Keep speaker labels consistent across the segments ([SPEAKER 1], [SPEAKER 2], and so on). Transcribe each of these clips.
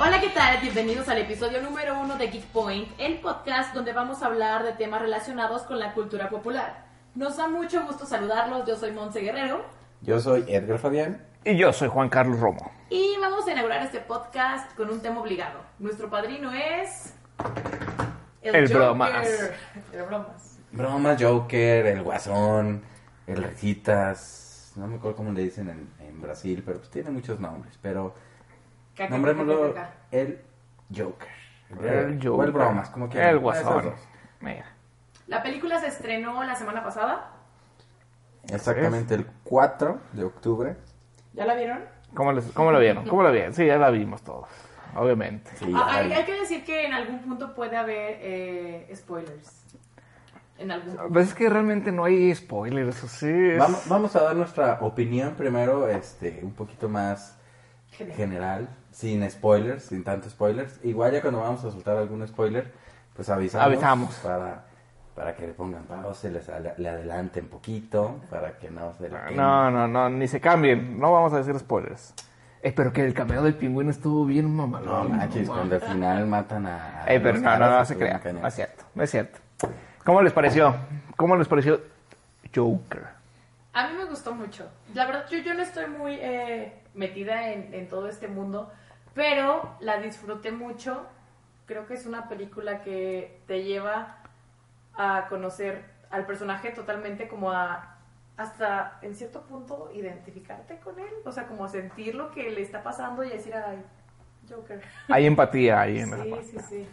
[SPEAKER 1] Hola, ¿qué tal? Bienvenidos al episodio número uno de Geek Point, el podcast donde vamos a hablar de temas relacionados con la cultura popular. Nos da mucho gusto saludarlos, yo soy Monse Guerrero
[SPEAKER 2] Yo soy Edgar Fabián.
[SPEAKER 3] Y yo soy Juan Carlos Romo.
[SPEAKER 1] y vamos a inaugurar este podcast con un tema obligado. Nuestro padrino es...
[SPEAKER 3] El
[SPEAKER 1] Joker.
[SPEAKER 3] Bromas.
[SPEAKER 1] El bromas.
[SPEAKER 2] Broma, Joker, el Guasón, el Rejitas. No me acuerdo cómo le dicen en, en Brasil, pero pues tiene muchos nombres. Pero
[SPEAKER 1] Caca,
[SPEAKER 2] nombrémoslo
[SPEAKER 1] caca, caca.
[SPEAKER 2] el Joker. O
[SPEAKER 3] Joker.
[SPEAKER 2] el Bromas, como quieran.
[SPEAKER 3] El
[SPEAKER 2] Esas
[SPEAKER 3] Guasón.
[SPEAKER 2] dos.
[SPEAKER 3] Mira.
[SPEAKER 1] La película se estrenó la semana pasada.
[SPEAKER 2] Exactamente, el 4 de octubre.
[SPEAKER 1] ¿Ya la vieron?
[SPEAKER 3] ¿Cómo, les- ¿Cómo lo vieron? ¿Cómo lo vieron? Sí, ya la vimos todos. Obviamente.
[SPEAKER 2] Sí,
[SPEAKER 1] Ah, hay,
[SPEAKER 2] ay,
[SPEAKER 1] hay que decir que en algún punto puede haber eh, spoilers. En algún punto.
[SPEAKER 3] Pues es que realmente no hay spoilers, así es.
[SPEAKER 2] Vamos, vamos a dar nuestra opinión primero, este, un poquito más general, sin spoilers, sin tanto spoilers. Igual ya cuando vamos a soltar algún spoiler, pues avisamos.
[SPEAKER 3] Avisamos.
[SPEAKER 2] Para, para que le pongan pausa, les, ale- le adelanten poquito, para que no se... la-
[SPEAKER 3] Ah, No, no, no, ni se cambien. No vamos a decir spoilers. Eh, pero que el cameo del pingüino estuvo bien
[SPEAKER 2] No
[SPEAKER 3] mamalón.
[SPEAKER 2] manches, cuando al final matan a... a
[SPEAKER 3] Eh, pero
[SPEAKER 2] los
[SPEAKER 3] no, no,
[SPEAKER 2] caras,
[SPEAKER 3] no se
[SPEAKER 2] estuvo
[SPEAKER 3] crean.
[SPEAKER 2] cañón.
[SPEAKER 3] No es cierto, no es cierto. ¿Cómo les pareció? ¿Cómo les pareció Joker?
[SPEAKER 1] A mí me gustó mucho. La verdad, yo, yo no estoy muy eh, metida en, en todo este mundo, pero la disfruté mucho. Creo que es una película que te lleva a conocer al personaje totalmente, como a hasta en cierto punto identificarte con él, o sea, como a sentir lo que le está pasando y decir, ay, Joker.
[SPEAKER 3] Hay empatía ahí en esa
[SPEAKER 1] Sí,
[SPEAKER 3] parte.
[SPEAKER 1] sí, sí.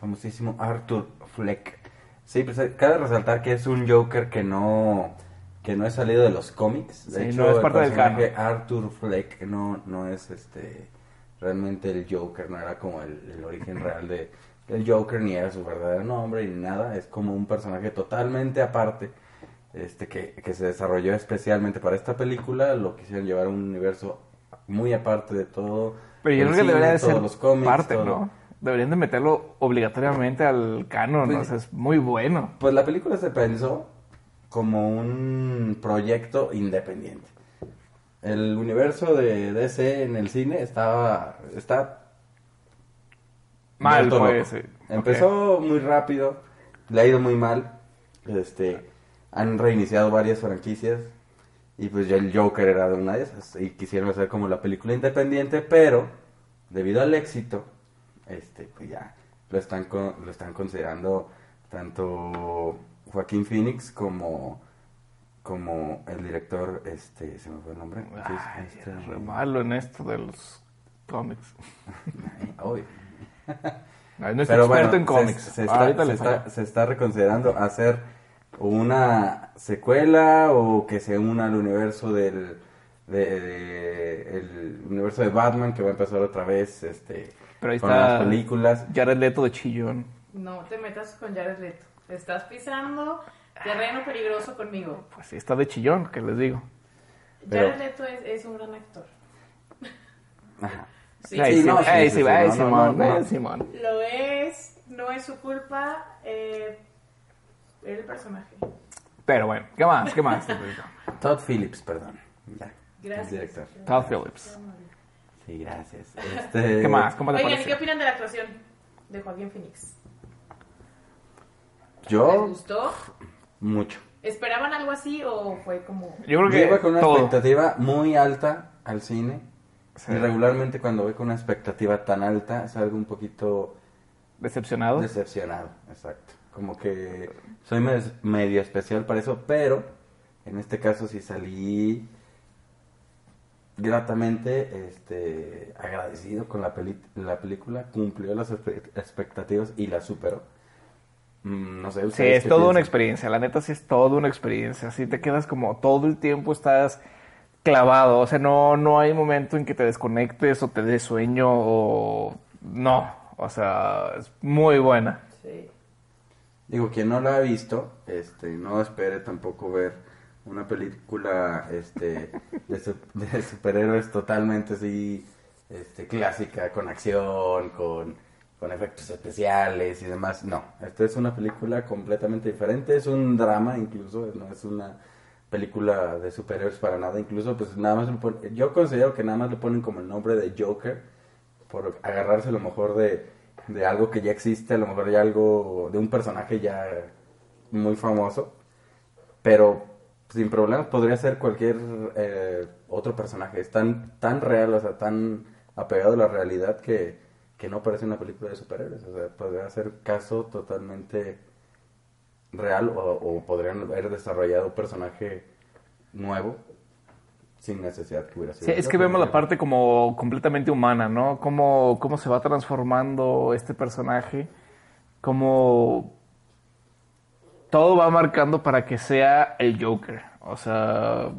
[SPEAKER 2] famosísimo Arthur Fleck. Sí, pues eh, cabe resaltar que es un Joker que no que no es salido de los cómics. De
[SPEAKER 3] Sí, no es parte del
[SPEAKER 2] personaje Arthur Fleck no no es este realmente el Joker, no era como el, el origen real de el Joker ni era su verdadero nombre ni nada, es como un personaje totalmente aparte. Este que, que se desarrolló especialmente para esta película, lo quisieron llevar a un universo muy aparte de todo.
[SPEAKER 3] Pero yo
[SPEAKER 2] el
[SPEAKER 3] creo que
[SPEAKER 2] cine,
[SPEAKER 3] debería de
[SPEAKER 2] todos
[SPEAKER 3] ser
[SPEAKER 2] los cómics,
[SPEAKER 3] parte,
[SPEAKER 2] todo.
[SPEAKER 3] ¿no? Deberían de meterlo obligatoriamente al canon,
[SPEAKER 2] Pues-
[SPEAKER 3] ¿no? O sea, es muy bueno.
[SPEAKER 2] Pues la película se pensó como un proyecto independiente. El universo de DC en el cine estaba está
[SPEAKER 3] Mal,
[SPEAKER 2] vuelto
[SPEAKER 3] pues.
[SPEAKER 2] loco.
[SPEAKER 3] sí.
[SPEAKER 2] Empezó muy rápido, le ha ido muy mal. Este, han reiniciado varias franquicias y pues ya el Joker era de una de esas y quisieron hacer como la película independiente, pero debido al éxito, este, pues ya lo están con- lo están considerando tanto Joaquín Phoenix como como el director, este, se me fue el nombre.
[SPEAKER 3] Ok.
[SPEAKER 2] Sí,
[SPEAKER 3] Ay,
[SPEAKER 2] sí,
[SPEAKER 3] eres
[SPEAKER 2] este,
[SPEAKER 3] re malo en esto de los cómics.
[SPEAKER 2] ay.
[SPEAKER 3] Ay, no es
[SPEAKER 2] Pero
[SPEAKER 3] experto
[SPEAKER 2] bueno,
[SPEAKER 3] en
[SPEAKER 2] se-
[SPEAKER 3] cómics.
[SPEAKER 2] Se, está,
[SPEAKER 3] Ahorita
[SPEAKER 2] se
[SPEAKER 3] le
[SPEAKER 2] está-
[SPEAKER 3] fallo.
[SPEAKER 2] se está reconsiderando hacer una secuela o que se una al universo del de- de- el universo de Batman que va a empezar otra vez este
[SPEAKER 3] Pero ahí
[SPEAKER 2] con
[SPEAKER 3] está-
[SPEAKER 2] las películas.
[SPEAKER 3] Jared Leto de chillón.
[SPEAKER 1] No te metas con Jared Leto. Estás pisando terreno peligroso conmigo.
[SPEAKER 3] Pues sí, está de chillón, que les digo.
[SPEAKER 2] Pero-
[SPEAKER 1] Jared Leto es, es un gran actor.
[SPEAKER 2] Ajá.
[SPEAKER 1] Sí,
[SPEAKER 3] Ay,
[SPEAKER 2] sí,
[SPEAKER 3] sí,
[SPEAKER 2] no, sí,
[SPEAKER 3] ay,
[SPEAKER 2] sí,
[SPEAKER 3] sí,
[SPEAKER 2] sí,
[SPEAKER 3] ay,
[SPEAKER 2] no, no,
[SPEAKER 3] Simón,
[SPEAKER 2] no, no.
[SPEAKER 3] ay, Simón.
[SPEAKER 1] Lo es, no es su culpa. Eh, el personaje.
[SPEAKER 3] Pero bueno, ¿qué más? ¿Qué más?
[SPEAKER 2] Todd Phillips, perdón. Ya,
[SPEAKER 1] Gracias.
[SPEAKER 2] el director.
[SPEAKER 3] Todd Phillips.
[SPEAKER 2] Sí, gracias. Este,
[SPEAKER 3] ¿Qué más? ¿Cómo te
[SPEAKER 1] Oigan, ¿y qué
[SPEAKER 3] pareció?
[SPEAKER 1] opinan de la actuación de Joaquín Phoenix? ¿Les
[SPEAKER 2] Yo
[SPEAKER 1] gustó?
[SPEAKER 2] mucho.
[SPEAKER 1] ¿Esperaban algo así o fue como.?
[SPEAKER 3] Yo
[SPEAKER 2] Yo
[SPEAKER 3] creo
[SPEAKER 2] iba
[SPEAKER 3] que
[SPEAKER 2] con una
[SPEAKER 3] todo.
[SPEAKER 2] expectativa muy alta al cine.
[SPEAKER 3] Sí.
[SPEAKER 2] Y regularmente cuando voy con una expectativa tan alta salgo un poquito
[SPEAKER 3] Decepcionado.
[SPEAKER 2] Decepcionado, exacto. Como que soy mes- medio especial para eso, pero en este caso sí salí gratamente este, agradecido con la, peli- la película, cumplió las espe- expectativas y la superó. Mm, No sé,
[SPEAKER 3] Sí,
[SPEAKER 2] ustedes
[SPEAKER 3] es
[SPEAKER 2] qué
[SPEAKER 3] toda una
[SPEAKER 2] piensan.
[SPEAKER 3] experiencia, la neta sí es toda una experiencia, así te quedas como todo el tiempo estás clavado, o sea, no, no hay momento en que te desconectes o te des sueño o no, o sea, es muy buena.
[SPEAKER 1] Sí.
[SPEAKER 2] Digo, quien no la ha visto, este, no espere tampoco ver una película este, de, su- de superhéroes totalmente así, este, clásica, con acción, con, con efectos especiales y demás. No, esta es una película completamente diferente, es un drama incluso, no es una película de superhéroes para nada, incluso pues nada más lo pon- yo considero que nada más le ponen como el nombre de Joker por agarrarse a lo mejor de, de algo que ya existe, a lo mejor ya algo de un personaje ya muy famoso, pero sin problemas podría ser cualquier eh, otro personaje. Es tan, tan real, o sea, tan apegado a la realidad que, que no parece una película de superhéroes. O sea, podría ser caso totalmente real o, o podrían haber desarrollado un personaje nuevo sin necesidad que hubiera sido.
[SPEAKER 3] Sí, es que vemos la parte como completamente humana, ¿no? Cómo, cómo se va transformando este personaje, cómo todo va marcando para que sea el Joker. O sea,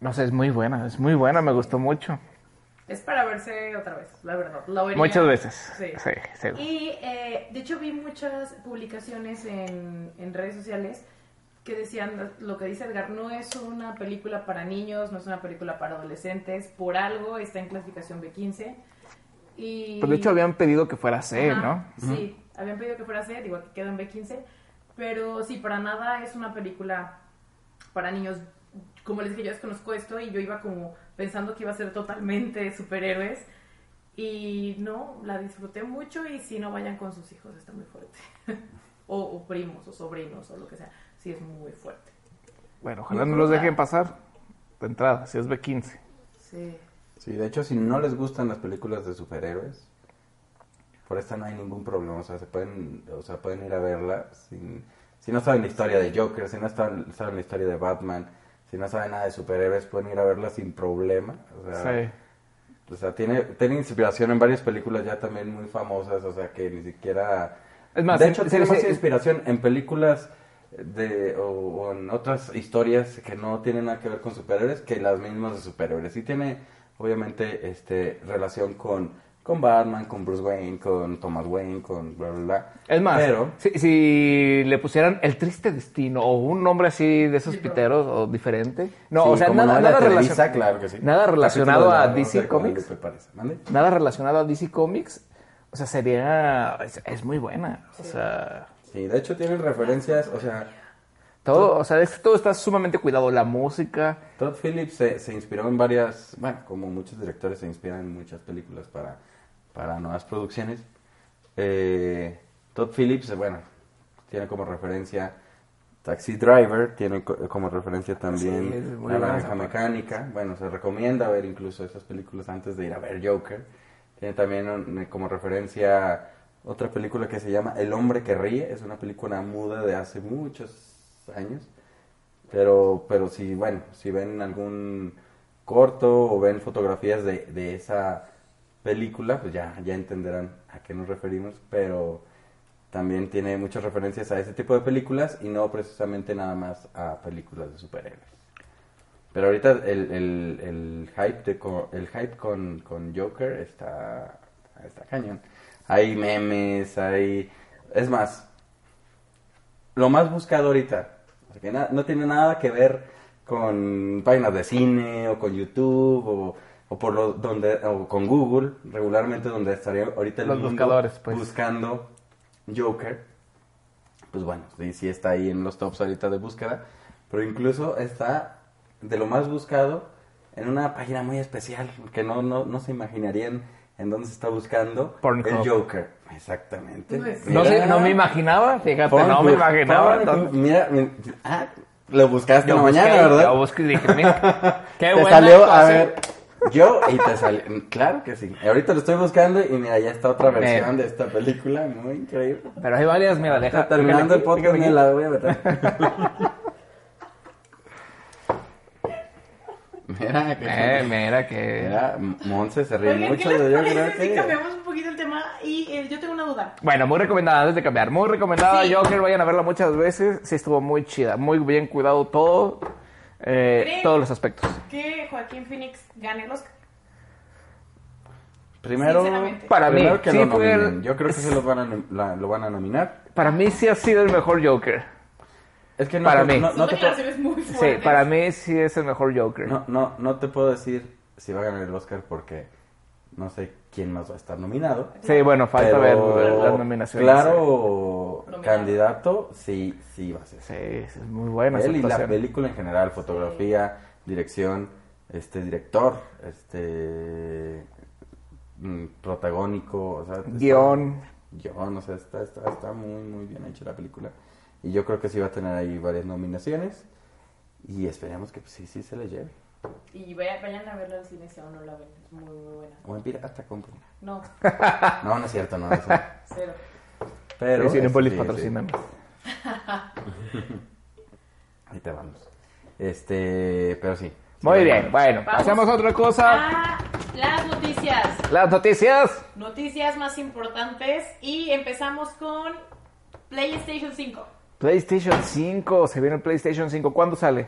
[SPEAKER 3] no sé, es muy buena, es muy buena, me gustó mucho.
[SPEAKER 1] Es para verse otra vez, la verdad. La vería.
[SPEAKER 3] Muchas veces.
[SPEAKER 1] Sí.
[SPEAKER 3] Sí, sí.
[SPEAKER 1] Y eh, de hecho vi muchas publicaciones en, en redes sociales que decían lo que dice Edgar, no es una película para niños, no es una película para adolescentes, por algo está en clasificación B15. Y...
[SPEAKER 3] Pues de hecho habían pedido que fuera C,
[SPEAKER 1] Ajá,
[SPEAKER 3] ¿no?
[SPEAKER 1] Sí, habían pedido que fuera C, digo, aquí queda en B15. Pero sí, para nada es una película para niños. Como les dije, yo desconozco esto y yo iba como pensando que iba a ser totalmente superhéroes. Y no, la disfruté mucho y si no vayan con sus hijos, está muy fuerte. o, o primos, o sobrinos, o lo que sea. Sí, es muy fuerte.
[SPEAKER 3] Bueno, ojalá no los dejen pasar de entrada, si es B15.
[SPEAKER 1] Sí.
[SPEAKER 2] Sí, de hecho, si no les gustan las películas de superhéroes, por esta no hay ningún problema. O sea, se pueden, o sea, pueden ir a verla. Sin, si no saben la historia de Joker, si no saben, saben la historia de Batman, si no saben nada de superhéroes, pueden ir a verla sin problema. O sea,
[SPEAKER 3] Sí.
[SPEAKER 2] o sea, tiene, tiene inspiración en varias películas ya también muy famosas. O sea, que ni siquiera.
[SPEAKER 3] Es más,
[SPEAKER 2] de
[SPEAKER 3] sí,
[SPEAKER 2] hecho,
[SPEAKER 3] sí,
[SPEAKER 2] tiene
[SPEAKER 3] sí,
[SPEAKER 2] más
[SPEAKER 3] sí.
[SPEAKER 2] inspiración en películas de, o, o en otras historias que no tienen nada que ver con superhéroes que las mismas de superhéroes. Sí tiene, obviamente, este, relación con, con Batman, con Bruce Wayne, con Thomas Wayne, con bla, bla, bla.
[SPEAKER 3] Es más,
[SPEAKER 2] Pero,
[SPEAKER 3] si, si le pusieran el triste destino o un nombre así de esos
[SPEAKER 1] Sí, pero-
[SPEAKER 3] piteros o diferente. No,
[SPEAKER 2] sí,
[SPEAKER 3] o sea,
[SPEAKER 2] como
[SPEAKER 3] nada,
[SPEAKER 2] no era
[SPEAKER 3] nada,
[SPEAKER 2] Televisa,
[SPEAKER 3] relacion-
[SPEAKER 2] claro que sí.
[SPEAKER 3] nada relacionado
[SPEAKER 2] Capítulo de la
[SPEAKER 3] a
[SPEAKER 2] Rosa
[SPEAKER 3] DC
[SPEAKER 2] de Guadalupe,
[SPEAKER 3] Comics.
[SPEAKER 2] parece. ¿Mande?
[SPEAKER 3] nada relacionado a DC Comics. O sea, sería. Es, es muy buena. O sea,
[SPEAKER 2] Sí, de hecho tienen referencias, o sea...
[SPEAKER 3] todo, o sea, es que todo está sumamente cuidado. La música.
[SPEAKER 2] Todd Phillips se, se inspiró en varias, bueno, como muchos directores se inspiran en muchas películas para, para nuevas producciones. Eh, Todd Phillips, eh, bueno, tiene como referencia Taxi Driver, tiene co- como referencia también
[SPEAKER 3] Sí, es muy
[SPEAKER 2] La
[SPEAKER 3] buena
[SPEAKER 2] Naranja
[SPEAKER 3] esa
[SPEAKER 2] Mecánica. Bueno, se recomienda ver incluso esas películas antes de ir a ver Joker. Tiene también un- eh, como referencia otra película que se llama El Hombre que Ríe, es una película muda de hace muchos años. Pero, pero si, bueno, si ven algún corto o ven fotografías de, de esa película, pues ya, ya entenderán a qué nos referimos, pero también tiene muchas referencias a ese tipo de películas y no precisamente nada más a películas de superhéroes. Pero ahorita el, el, el hype, de co- el hype con, con Joker está, está cañón. Hay memes, hay... Es más, lo más buscado ahorita, o sea, que na- no tiene nada que ver con páginas de cine o con YouTube o, o por lo- donde o con Google, regularmente donde estaría ahorita el
[SPEAKER 3] Los
[SPEAKER 2] mundo
[SPEAKER 3] buscadores, pues.
[SPEAKER 2] buscando Joker. Pues bueno, sí, sí está ahí en los tops ahorita de búsqueda, pero incluso está de lo más buscado en una página muy especial que no no, no se imaginarían en dónde se está buscando
[SPEAKER 3] Pornhub.
[SPEAKER 2] el Joker. Exactamente.
[SPEAKER 1] No es-
[SPEAKER 3] No sé,
[SPEAKER 2] Mira.
[SPEAKER 3] no me imaginaba. Fíjate,
[SPEAKER 2] Pornhub,
[SPEAKER 3] no me imaginaba.
[SPEAKER 2] Pornhub,
[SPEAKER 3] tanto.
[SPEAKER 2] mira, mira, ah, lo buscaste en
[SPEAKER 3] Yo
[SPEAKER 2] la
[SPEAKER 3] busqué,
[SPEAKER 2] mañana, ¿verdad?
[SPEAKER 3] yo busqué y dije, mira, qué
[SPEAKER 2] te
[SPEAKER 3] buena
[SPEAKER 2] salió, a
[SPEAKER 3] cosa.
[SPEAKER 2] ver, yo y te salió. Claro que sí. Ahorita lo estoy buscando y mira, ya está otra versión de esta película, muy increíble.
[SPEAKER 3] Pero hay varias, mira, deja.
[SPEAKER 2] Está terminando el
[SPEAKER 3] déjale aquí,
[SPEAKER 2] podcast, me
[SPEAKER 3] déjale
[SPEAKER 2] la
[SPEAKER 3] aquí.
[SPEAKER 2] voy a meter. Mira,
[SPEAKER 3] Eh,
[SPEAKER 2] que
[SPEAKER 3] mira que.
[SPEAKER 2] mira, Monse se ríe
[SPEAKER 1] Oigan, ¿qué
[SPEAKER 2] mucho
[SPEAKER 1] les
[SPEAKER 2] de yo
[SPEAKER 1] parece
[SPEAKER 2] creo
[SPEAKER 1] si
[SPEAKER 2] que.
[SPEAKER 1] cambiamos un poquito el tema? Y eh, yo tengo una duda.
[SPEAKER 3] Bueno, muy recomendada antes de cambiar. Muy recomendada,
[SPEAKER 1] Sí.
[SPEAKER 3] Joker. Vayan a verla muchas veces. Sí, estuvo muy chida. Muy bien cuidado todo. eh,
[SPEAKER 1] ¿Creen?
[SPEAKER 3] todos los aspectos.
[SPEAKER 1] Que Joaquín Phoenix gane el Oscar.
[SPEAKER 2] Primero,
[SPEAKER 1] Sinceramente.
[SPEAKER 3] Para mí,
[SPEAKER 2] primero que
[SPEAKER 3] sí
[SPEAKER 2] lo
[SPEAKER 3] fue el-
[SPEAKER 2] nominen. Yo creo que se los van a nom- la- lo van a nominar.
[SPEAKER 3] Para mí sí ha sido el mejor Joker.
[SPEAKER 2] Es que no,
[SPEAKER 3] Para
[SPEAKER 2] te-
[SPEAKER 3] mí.
[SPEAKER 2] no-
[SPEAKER 1] Son
[SPEAKER 2] no te puedo-
[SPEAKER 1] declaraciones muy
[SPEAKER 3] Sí,
[SPEAKER 1] fuertes.
[SPEAKER 3] para mí sí es el mejor Joker.
[SPEAKER 2] No, no, no te puedo decir si va a ganar el Oscar porque no sé quién más va a estar nominado.
[SPEAKER 3] Sí, bueno, falta
[SPEAKER 2] Pero,
[SPEAKER 3] ver las nominaciones.
[SPEAKER 2] Claro,
[SPEAKER 1] Nominado.
[SPEAKER 2] candidato, sí, sí va a ser.
[SPEAKER 3] Sí, sí, es muy buena esa
[SPEAKER 2] Él y la
[SPEAKER 3] actuación.
[SPEAKER 2] película en general, fotografía, dirección, este director, este mm, protagónico, o sea, está-
[SPEAKER 3] Guión.
[SPEAKER 2] guión, o sea, está, está, está muy, muy bien hecha la película. Y yo creo que sí va a tener ahí varias nominaciones. Y esperemos que pues, sí, sí se le lleve.
[SPEAKER 1] Y vaya- vayan a verla al cine si aún no la ven. Es muy, muy buena.
[SPEAKER 2] O en pirata compren.
[SPEAKER 1] No,
[SPEAKER 2] No, no es cierto, no. Eso.
[SPEAKER 1] cero.
[SPEAKER 2] Pero.
[SPEAKER 3] Cinepolis
[SPEAKER 2] este,
[SPEAKER 3] patrocínanos.
[SPEAKER 2] sí, Ahí te vamos. Este, pero sí.
[SPEAKER 3] Muy
[SPEAKER 2] Sí,
[SPEAKER 3] bien, bueno,
[SPEAKER 1] Vamos.
[SPEAKER 3] pasemos a otra cosa.
[SPEAKER 1] Ah, las noticias.
[SPEAKER 3] Las noticias.
[SPEAKER 1] Noticias más importantes. Y empezamos con PlayStation 5.
[SPEAKER 3] PlayStation 5, se viene el PlayStation 5. ¿Cuándo sale?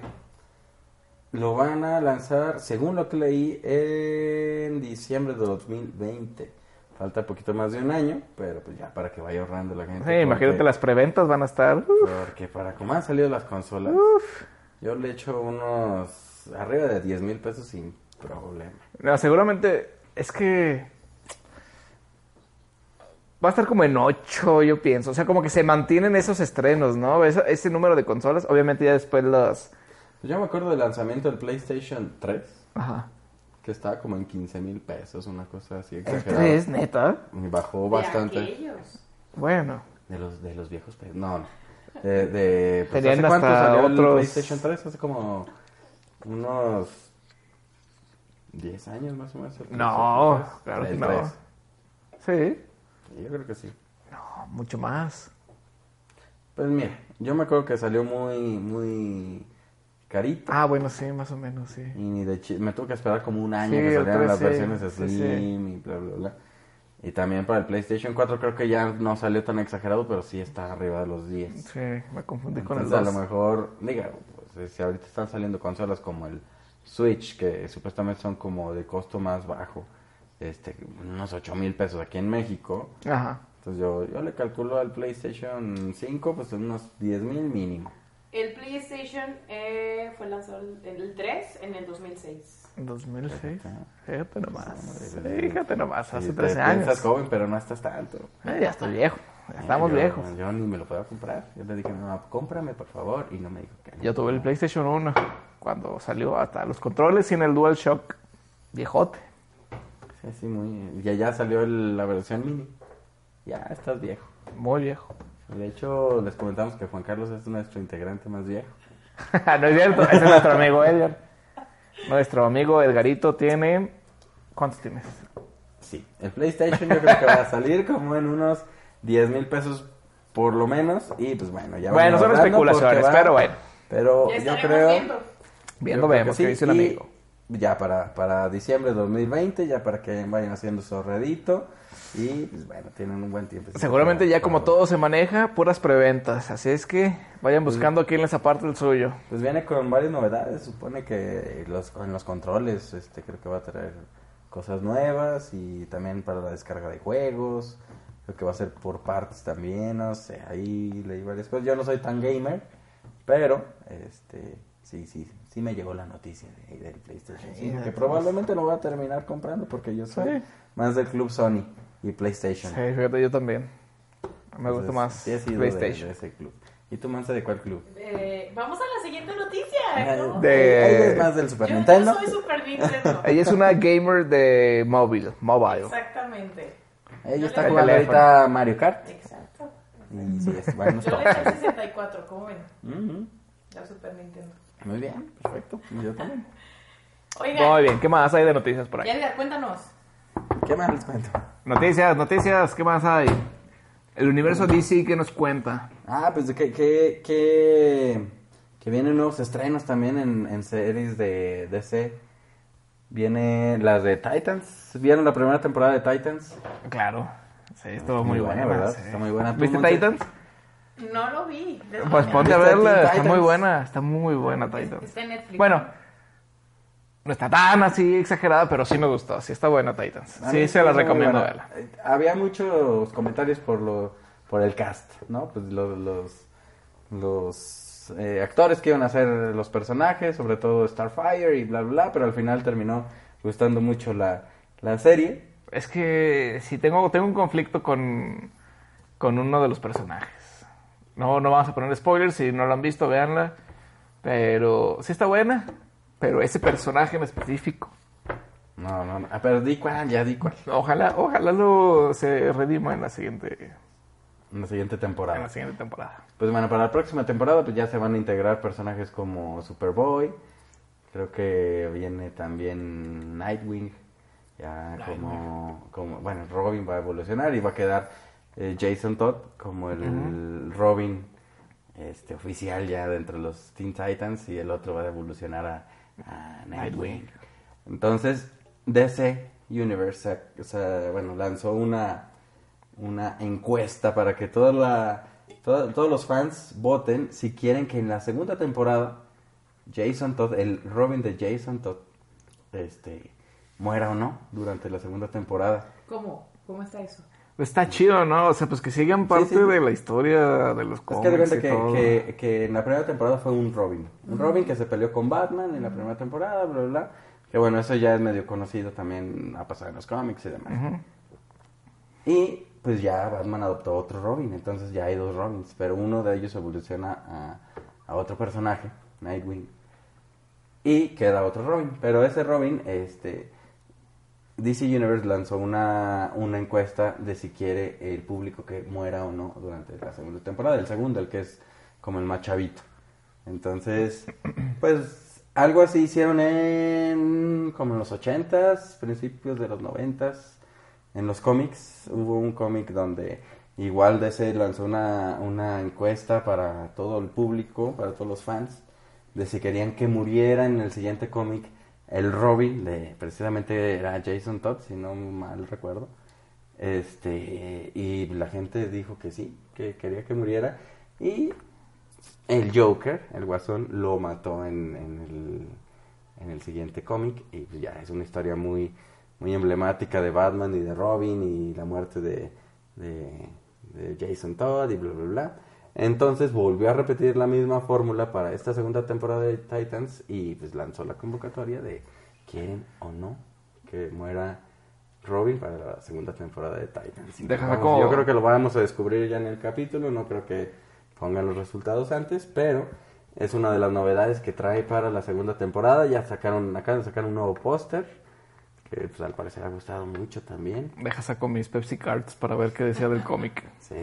[SPEAKER 2] Lo van a lanzar, según lo que leí, en diciembre de 2020. Falta poquito más de un año, pero pues ya para que vaya ahorrando la gente.
[SPEAKER 3] Sí,
[SPEAKER 2] porque-
[SPEAKER 3] imagínate las preventas van a estar. uh,
[SPEAKER 2] Porque para cómo han salido las consolas, yo le echo unos arriba de 10 mil pesos sin problema.
[SPEAKER 3] No, seguramente es que va a estar como en 8, yo pienso. O sea, como que se mantienen esos estrenos, ¿no? Esa- ese número de consolas, obviamente ya después las
[SPEAKER 2] Pues Yo me acuerdo del lanzamiento del PlayStation 3,
[SPEAKER 3] Ajá.
[SPEAKER 2] que estaba como en 15 mil pesos, una cosa así
[SPEAKER 3] El
[SPEAKER 2] exagerada.
[SPEAKER 3] 3, neta.
[SPEAKER 2] Y Bajó
[SPEAKER 1] De
[SPEAKER 2] bastante.
[SPEAKER 1] aquellos.
[SPEAKER 3] Bueno.
[SPEAKER 2] De los, de los viejos pesos. No, no. De, de, pues,
[SPEAKER 3] Tenían
[SPEAKER 2] ¿Hace cuánto
[SPEAKER 3] hasta
[SPEAKER 2] salió
[SPEAKER 3] otros-
[SPEAKER 2] el PlayStation 3? Hace como unos 10 años más o menos. el
[SPEAKER 3] No,
[SPEAKER 2] PlayStation 3.
[SPEAKER 3] claro que
[SPEAKER 2] El
[SPEAKER 3] no.
[SPEAKER 2] 3.
[SPEAKER 3] Sí.
[SPEAKER 2] Yo creo que sí.
[SPEAKER 3] No, mucho más.
[SPEAKER 2] Pues mira, yo me acuerdo que salió muy, muy carito.
[SPEAKER 3] Ah, bueno, sí, más o menos, sí.
[SPEAKER 2] Y ni de chi- me tuve que esperar como un año
[SPEAKER 3] Sí,
[SPEAKER 2] que
[SPEAKER 3] el
[SPEAKER 2] salieran
[SPEAKER 3] 3,
[SPEAKER 2] las
[SPEAKER 3] sí,
[SPEAKER 2] versiones
[SPEAKER 3] sí,
[SPEAKER 2] Slim
[SPEAKER 3] sí.
[SPEAKER 2] y bla, bla, bla. Y también para el PlayStation 4 creo que ya no salió tan exagerado, pero sí está arriba de los 10.
[SPEAKER 3] Sí, me confundí con el
[SPEAKER 2] Entonces, a lo
[SPEAKER 3] 2.
[SPEAKER 2] mejor, diga, pues, si ahorita están saliendo consolas como el Switch, que supuestamente son como de costo más bajo, este, unos 8 mil pesos aquí en México,
[SPEAKER 3] Ajá.
[SPEAKER 2] entonces yo, yo le calculo al PlayStation 5, pues unos 10 mil mínimo.
[SPEAKER 1] El PlayStation eh, fue lanzado en el 3 en el 2006.
[SPEAKER 3] 2006. Fíjate nomás.
[SPEAKER 2] Sí,
[SPEAKER 3] Fíjate nomás, hace
[SPEAKER 2] Y te
[SPEAKER 3] 13
[SPEAKER 2] Piensas
[SPEAKER 3] años.
[SPEAKER 2] joven, pero no estás tanto.
[SPEAKER 3] Eh, ya estoy viejo. Ya estamos
[SPEAKER 2] Yo-
[SPEAKER 3] viejos.
[SPEAKER 2] Yo ni me lo puedo comprar. Yo le dije, no, cómprame, por favor, y no me dijo que no.
[SPEAKER 3] Yo tuve el PlayStation 1 cuando salió hasta los controles y en el DualShock. Viejote.
[SPEAKER 2] Sí, sí, muy... Y allá salió el- la versión mini. Ya, estás viejo.
[SPEAKER 3] Muy viejo.
[SPEAKER 2] De hecho, les comentamos que Juan Carlos es nuestro integrante más viejo.
[SPEAKER 3] no es cierto, ese es nuestro amigo Edgar. Nuestro amigo Edgarito tiene. ¿Cuántos tienes?
[SPEAKER 2] Sí. El PlayStation yo creo que va a salir como en unos 10 mil pesos por lo menos. Y pues bueno, ya
[SPEAKER 3] Bueno,
[SPEAKER 2] vamos
[SPEAKER 3] son
[SPEAKER 2] ahorrando porque
[SPEAKER 3] especulaciones,
[SPEAKER 2] va-
[SPEAKER 3] pero bueno.
[SPEAKER 1] Ya
[SPEAKER 2] Pero Oh, yo
[SPEAKER 1] estaremos
[SPEAKER 2] creo...
[SPEAKER 1] viendo.
[SPEAKER 3] Viendo
[SPEAKER 2] yo creo
[SPEAKER 3] vemos
[SPEAKER 2] que
[SPEAKER 3] qué
[SPEAKER 2] sí,
[SPEAKER 3] dice el
[SPEAKER 2] y
[SPEAKER 3] amigo.
[SPEAKER 2] Ya para, para diciembre de 2020, ya para que vayan haciendo su ahorradito. Y pues bueno, tienen un buen tiempo.
[SPEAKER 3] Seguramente ya como
[SPEAKER 2] Para-
[SPEAKER 3] todo se maneja, puras preventas. Así es que vayan buscando quién les aparte el suyo.
[SPEAKER 2] Pues viene con varias novedades, supone que los, en los controles este, creo que va a traer cosas nuevas y también para la descarga de juegos, creo que va a ser por partes también, no sé, ahí leí varias cosas, yo no soy tan gamer, pero este sí, sí, sí me llegó la noticia de- del PlayStation 5, que probablemente lo voy a terminar comprando porque yo soy
[SPEAKER 3] Sí.
[SPEAKER 2] más del club Sony y PlayStation.
[SPEAKER 3] Sí, fíjate, yo también. Me gusta
[SPEAKER 2] Entonces,
[SPEAKER 3] más
[SPEAKER 2] sí he sido de-
[SPEAKER 3] PlayStation.
[SPEAKER 2] de ese club. ¿Y tú, Mansa, de cuál club?
[SPEAKER 1] Eh, vamos a la siguiente noticia. ¿no?
[SPEAKER 3] De-
[SPEAKER 2] Ella es más del Super
[SPEAKER 1] Yo-
[SPEAKER 2] Nintendo.
[SPEAKER 1] Yo soy Super Nintendo.
[SPEAKER 3] Ella es una gamer de móvil, mobile.
[SPEAKER 1] Exactamente.
[SPEAKER 2] Ella
[SPEAKER 1] Yo
[SPEAKER 2] Eh, está
[SPEAKER 1] le-
[SPEAKER 2] jugando
[SPEAKER 3] El teléfono.
[SPEAKER 2] ahorita Mario Kart.
[SPEAKER 1] Exacto.
[SPEAKER 2] Y sí, es bueno.
[SPEAKER 1] Yo le eché 64, ¿cómo ven?
[SPEAKER 2] Ujú.
[SPEAKER 1] La Super Nintendo.
[SPEAKER 2] Muy bien, perfecto. Yo también.
[SPEAKER 1] Oigan,
[SPEAKER 3] Muy bien, ¿qué más hay de noticias por ahí?
[SPEAKER 1] Edgar, cuéntanos.
[SPEAKER 2] ¿Qué más les cuento?
[SPEAKER 3] Noticias, noticias, ¿qué más hay? El universo DC que nos cuenta.
[SPEAKER 2] Ah, pues que, que, que, que vienen nuevos estrenos también en, en series de DC. Viene las de Titans. ¿Vieron la primera temporada de Titans?
[SPEAKER 3] Claro. Sí, estuvo
[SPEAKER 2] Muy
[SPEAKER 3] muy,
[SPEAKER 2] buena,
[SPEAKER 3] buena,
[SPEAKER 2] ¿verdad?
[SPEAKER 3] sí.
[SPEAKER 2] Está muy buena. ¿Tú,
[SPEAKER 3] ¿Viste
[SPEAKER 2] Monte?
[SPEAKER 3] Titans?
[SPEAKER 1] No lo vi. Les
[SPEAKER 3] Pues
[SPEAKER 1] voy a-
[SPEAKER 3] ponte a
[SPEAKER 2] ¿Viste
[SPEAKER 3] verla,
[SPEAKER 2] Teen
[SPEAKER 3] está muy
[SPEAKER 2] Titans?
[SPEAKER 3] buena, está muy buena Titans.
[SPEAKER 1] Está en Netflix.
[SPEAKER 3] Bueno, no está tan así exagerada, pero sí me gustó, sí está buena Titans.
[SPEAKER 2] A mí
[SPEAKER 3] Sí, se la
[SPEAKER 2] muy
[SPEAKER 3] recomiendo
[SPEAKER 2] buena.
[SPEAKER 3] verla.
[SPEAKER 2] Eh, Había muchos comentarios por lo por el cast, ¿no? Pues lo- los los eh, actores que iban a hacer los personajes, sobre todo Starfire y bla bla, bla, pero al final terminó gustando mucho la, la serie.
[SPEAKER 3] Es que si tengo, tengo un conflicto con, con uno de los personajes. No, no vamos a poner spoilers, si no lo han visto, véanla. Pero sí está buena, pero ese personaje en específico
[SPEAKER 2] No, no, no. Ah, Pero di cuál, ya di cuál.
[SPEAKER 3] Ojalá, ojalá lo se redima en la siguiente,
[SPEAKER 2] En la siguiente
[SPEAKER 3] en
[SPEAKER 2] temporada.
[SPEAKER 3] la siguiente temporada.
[SPEAKER 2] Pues bueno, para la próxima temporada pues ya se van a integrar personajes como Superboy. Creo que viene también Nightwing. Ya como, como bueno, Robin va a evolucionar y va a quedar eh, Jason Todd como el Robin este oficial ya dentro de los Teen Titans y el otro va a evolucionar a, a Nightwing. Entonces, DC Universe, sac- o sea, bueno, lanzó una una encuesta para que toda la, toda- todos los fans voten si quieren que en la segunda temporada Jason Todd, el Robin de Jason Todd, este, muera o no durante la segunda temporada.
[SPEAKER 1] ¿Cómo? ¿Cómo está eso?
[SPEAKER 3] Está chido, ¿no? O sea, pues que sigan parte
[SPEAKER 2] sí.
[SPEAKER 3] de la historia de los
[SPEAKER 2] Es que de
[SPEAKER 3] cómics
[SPEAKER 2] cuenta
[SPEAKER 3] y
[SPEAKER 2] que,
[SPEAKER 3] todo.
[SPEAKER 2] que- que en la primera temporada fue un Robin. Un Robin que se peleó con Batman en la primera temporada, bla, bla, bla. Que bueno, eso ya es medio conocido también, ha pasado en los cómics y demás. Y pues ya Batman adoptó otro Robin, entonces ya hay dos Robins, pero uno de ellos evoluciona a, a otro personaje, Nightwing. Y queda otro Robin, pero ese Robin, este, DC Universe lanzó una, una encuesta de si quiere el público que muera o no durante la segunda temporada, el segundo, el que es como el más chavito. Entonces, pues algo así hicieron en como en los 80s, principios de los 90s, en los cómics. Hubo un cómic donde igual DC lanzó una, una encuesta para todo el público, para todos los fans, de si querían que muriera en el siguiente cómic el Robin, de precisamente era Jason Todd, si no mal recuerdo. Este, y la gente dijo que sí, que quería que muriera. Y el Joker, el Guasón, lo mató en, en el, en el siguiente cómic. Y pues ya es una historia muy, muy emblemática de Batman y de Robin y la muerte de, de- de Jason Todd y bla, bla, bla. Entonces volvió a repetir la misma fórmula para esta segunda temporada de Titans y pues lanzó la convocatoria de quieren o no que muera Robin para la segunda temporada de Titans.
[SPEAKER 3] Deja
[SPEAKER 2] Vamos,
[SPEAKER 3] saco-
[SPEAKER 2] Yo creo que lo vamos a descubrir ya en el capítulo, no creo que pongan los resultados antes, pero es una de las novedades que trae para la segunda temporada. Ya sacaron, acaban de sacar un nuevo póster, que pues, al parecer ha gustado mucho también.
[SPEAKER 3] Deja saco mis Pepsi Cards para ver qué decía del cómic.
[SPEAKER 2] Sí.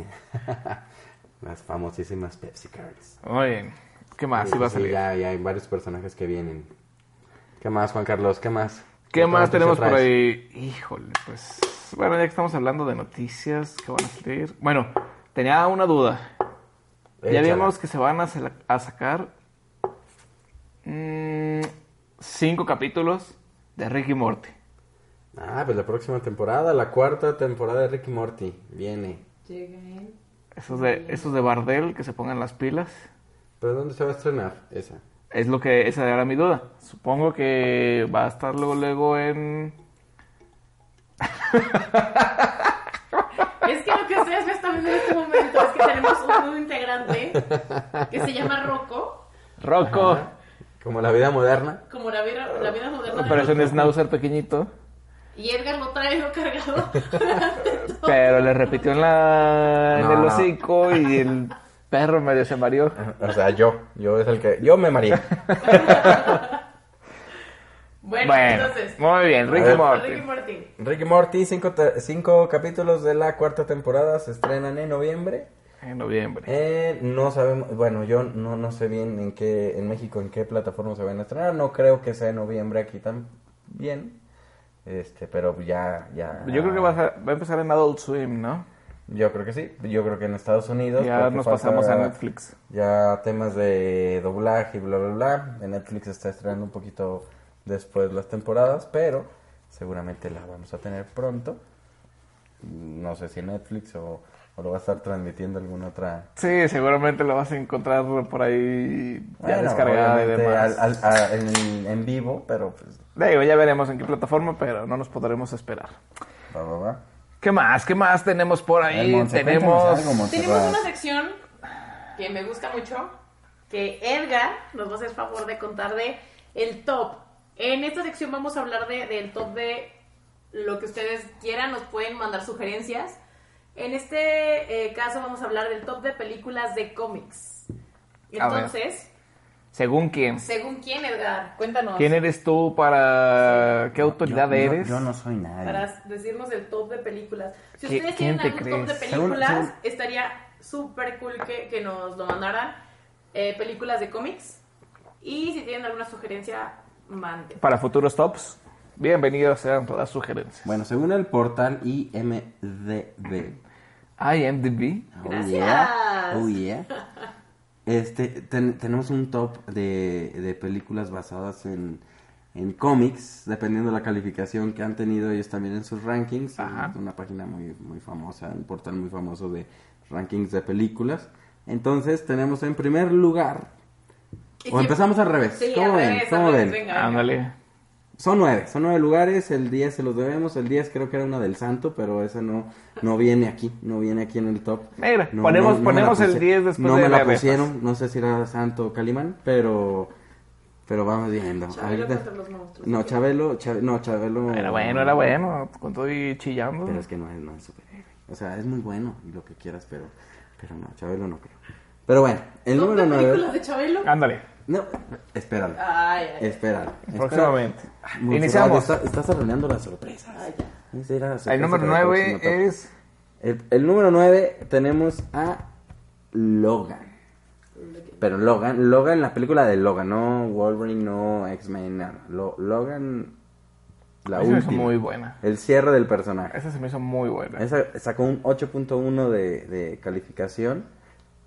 [SPEAKER 2] las famosísimas Pepsi Cards.
[SPEAKER 3] Muy bien. ¿Qué más? Iba Ah, a
[SPEAKER 2] Sí,
[SPEAKER 3] salir.
[SPEAKER 2] ya, ya hay varios personajes que vienen. ¿Qué más, Juan Carlos? ¿Qué más?
[SPEAKER 3] ¿Qué
[SPEAKER 2] otra
[SPEAKER 3] más
[SPEAKER 2] noticia
[SPEAKER 3] tenemos por
[SPEAKER 2] traes?
[SPEAKER 3] ahí? Híjole, pues. Bueno, ya que estamos hablando de noticias que van a salir. Bueno, tenía una duda. Ya
[SPEAKER 2] Échala.
[SPEAKER 3] vimos que se van a, sala- a sacar. mm, cinco capítulos de Ricky Morty.
[SPEAKER 2] Ah, pues la próxima temporada, la cuarta temporada de Ricky Morty, viene.
[SPEAKER 1] Lleguen.
[SPEAKER 3] Esos de, esos de Bardel que se pongan las pilas.
[SPEAKER 2] ¿Pero dónde se va a estrenar esa?
[SPEAKER 3] Es lo que. Esa era mi duda. Supongo que va a estar luego, luego en.
[SPEAKER 1] Es que lo que ustedes no están viendo en este momento es que tenemos un nuevo integrante que se llama Rocco,
[SPEAKER 3] Rocco.
[SPEAKER 2] Como la vida moderna.
[SPEAKER 1] como la vida, la vida moderna. de
[SPEAKER 3] Pero es
[SPEAKER 1] Rocco.
[SPEAKER 3] un schnauzer pequeñito.
[SPEAKER 1] Y Edgar lo trae lo cargado.
[SPEAKER 3] Pero le repitió en, la, en
[SPEAKER 2] No,
[SPEAKER 3] el
[SPEAKER 2] no.
[SPEAKER 3] hocico y el perro medio se mareó.
[SPEAKER 2] O sea, yo, yo es el que, yo me mareé.
[SPEAKER 1] Bueno,
[SPEAKER 3] Bueno,
[SPEAKER 1] entonces.
[SPEAKER 3] muy bien,
[SPEAKER 2] A
[SPEAKER 3] Ricky
[SPEAKER 1] Ricky
[SPEAKER 2] ver.
[SPEAKER 3] Morty.
[SPEAKER 1] Martin.
[SPEAKER 2] Ricky Morty, cinco, te- cinco capítulos de la cuarta temporada se estrenan en noviembre.
[SPEAKER 3] En noviembre.
[SPEAKER 2] Eh, no sabemos, bueno, yo no, no sé bien en qué, en México, en qué plataforma se van a estrenar. No creo que sea en noviembre aquí también. Este, pero ya, ya.
[SPEAKER 3] Yo creo que va a, va a empezar en Adult Swim, ¿no?
[SPEAKER 2] Yo creo que sí. Yo creo que en Estados Unidos.
[SPEAKER 3] Ya
[SPEAKER 2] porque
[SPEAKER 3] nos
[SPEAKER 2] falta
[SPEAKER 3] pasamos a Netflix.
[SPEAKER 2] Ya temas de doblaje y bla, bla, bla. En Netflix está estrenando un poquito después las temporadas, pero seguramente la vamos a tener pronto. No sé si Netflix o, o lo va a estar transmitiendo alguna otra.
[SPEAKER 3] Sí, seguramente lo vas a encontrar por ahí ya
[SPEAKER 2] Bueno,
[SPEAKER 3] descargada y
[SPEAKER 2] obviamente
[SPEAKER 3] demás.
[SPEAKER 2] al- al- a- en, en vivo, pero pues
[SPEAKER 3] Digo, ya veremos en qué plataforma, pero no nos podremos esperar.
[SPEAKER 2] va, va, va.
[SPEAKER 3] ¿Qué más? ¿Qué más tenemos por ahí?
[SPEAKER 2] Eh, Monse, cuéntanos
[SPEAKER 3] tenemos...
[SPEAKER 2] algo, Monse,
[SPEAKER 1] Tenemos
[SPEAKER 2] vas.
[SPEAKER 1] una sección que me gusta mucho, que Edgar nos va a hacer favor de contar de el top. En esta sección vamos a hablar de, del top de lo que ustedes quieran, nos pueden mandar sugerencias. En este eh, caso vamos a hablar del top de películas de cómics.
[SPEAKER 3] A ver.
[SPEAKER 1] Entonces,
[SPEAKER 3] Según quién.
[SPEAKER 1] Según quién, Edgar, cuéntanos.
[SPEAKER 3] ¿Quién eres tú para qué autoridad
[SPEAKER 2] Yo- yo-
[SPEAKER 3] eres?
[SPEAKER 2] Yo, no soy nadie.
[SPEAKER 1] Para decirnos el top de películas. Si
[SPEAKER 3] ¿Qui-
[SPEAKER 1] ustedes
[SPEAKER 3] quién
[SPEAKER 1] tienen algún
[SPEAKER 3] te
[SPEAKER 1] top de
[SPEAKER 3] crees?
[SPEAKER 1] películas,
[SPEAKER 2] Según- según-
[SPEAKER 1] estaría súper cool que, que nos lo mandaran. Eh, películas de cómics. Y si tienen alguna sugerencia, manden.
[SPEAKER 3] Para futuros tops. Bienvenidos sean todas sugerencias.
[SPEAKER 2] Bueno, según el portal IMDB.
[SPEAKER 3] IMDb.
[SPEAKER 2] Oh,
[SPEAKER 1] Gracias.
[SPEAKER 2] yeah. Oh, yeah. Este, ten- tenemos un top de, de películas basadas en, en cómics, dependiendo de la calificación que han tenido ellos también en sus rankings.
[SPEAKER 3] Ajá.
[SPEAKER 2] Es una página muy, muy famosa, un portal muy famoso de rankings de películas. Entonces, tenemos en primer lugar,
[SPEAKER 1] Y
[SPEAKER 2] o
[SPEAKER 1] si-
[SPEAKER 2] empezamos al revés.
[SPEAKER 1] Sí,
[SPEAKER 2] ¿Cómo
[SPEAKER 1] al
[SPEAKER 2] ven?
[SPEAKER 1] revés,
[SPEAKER 2] ¿Cómo
[SPEAKER 1] al revés,
[SPEAKER 2] ven?
[SPEAKER 1] venga, venga.
[SPEAKER 3] Ándale.
[SPEAKER 2] Son nueve, son nueve lugares, el 10 se los debemos, el 10 creo que era una del santo, pero esa no, no viene aquí, no viene aquí en el top.
[SPEAKER 3] Mira,
[SPEAKER 2] No,
[SPEAKER 3] ponemos,
[SPEAKER 2] no, no me la
[SPEAKER 3] ponemos el
[SPEAKER 2] puse-
[SPEAKER 3] 10 después
[SPEAKER 2] No
[SPEAKER 3] de
[SPEAKER 2] me la
[SPEAKER 3] la vez.
[SPEAKER 2] pusieron, no sé si era santo o calimán, pero, pero vamos viendo.
[SPEAKER 1] Chabelo
[SPEAKER 2] Ahorita-
[SPEAKER 1] contra los monstruos.
[SPEAKER 2] No, Chabelo, Cha- no, Chabelo.
[SPEAKER 3] Era bueno, era bueno. Con todo y chillando.
[SPEAKER 2] Pero es que no es, no es superhéroe. O sea, es muy bueno y lo que quieras, pero, pero no, Chabelo no creo. Pero bueno, el
[SPEAKER 1] top
[SPEAKER 2] número Ah.
[SPEAKER 1] de películas Ah.
[SPEAKER 2] 9.
[SPEAKER 1] de Chabelo.
[SPEAKER 3] Ándale.
[SPEAKER 2] No, espéralo.
[SPEAKER 1] Ay, ay, ay.
[SPEAKER 2] Espéralo. espéralo.
[SPEAKER 3] Próximamente.
[SPEAKER 2] Ay, Montserrat,
[SPEAKER 3] Iniciamos.
[SPEAKER 2] está- estás arruinando las sorpresas.
[SPEAKER 1] Ay, ya.
[SPEAKER 2] Esa era la sorpresa
[SPEAKER 3] El número
[SPEAKER 2] para la
[SPEAKER 3] 9
[SPEAKER 2] próxima etapa.
[SPEAKER 3] es.
[SPEAKER 2] El, el número 9 tenemos a Logan. Pero Logan, Logan, la película de Logan, no Wolverine, no X-Men, nada. Lo- Logan, la
[SPEAKER 3] Esa es
[SPEAKER 2] última.
[SPEAKER 3] muy buena.
[SPEAKER 2] El cierre del personaje.
[SPEAKER 3] Esa se me hizo muy buena.
[SPEAKER 2] Esa sacó un 8.1 de, de calificación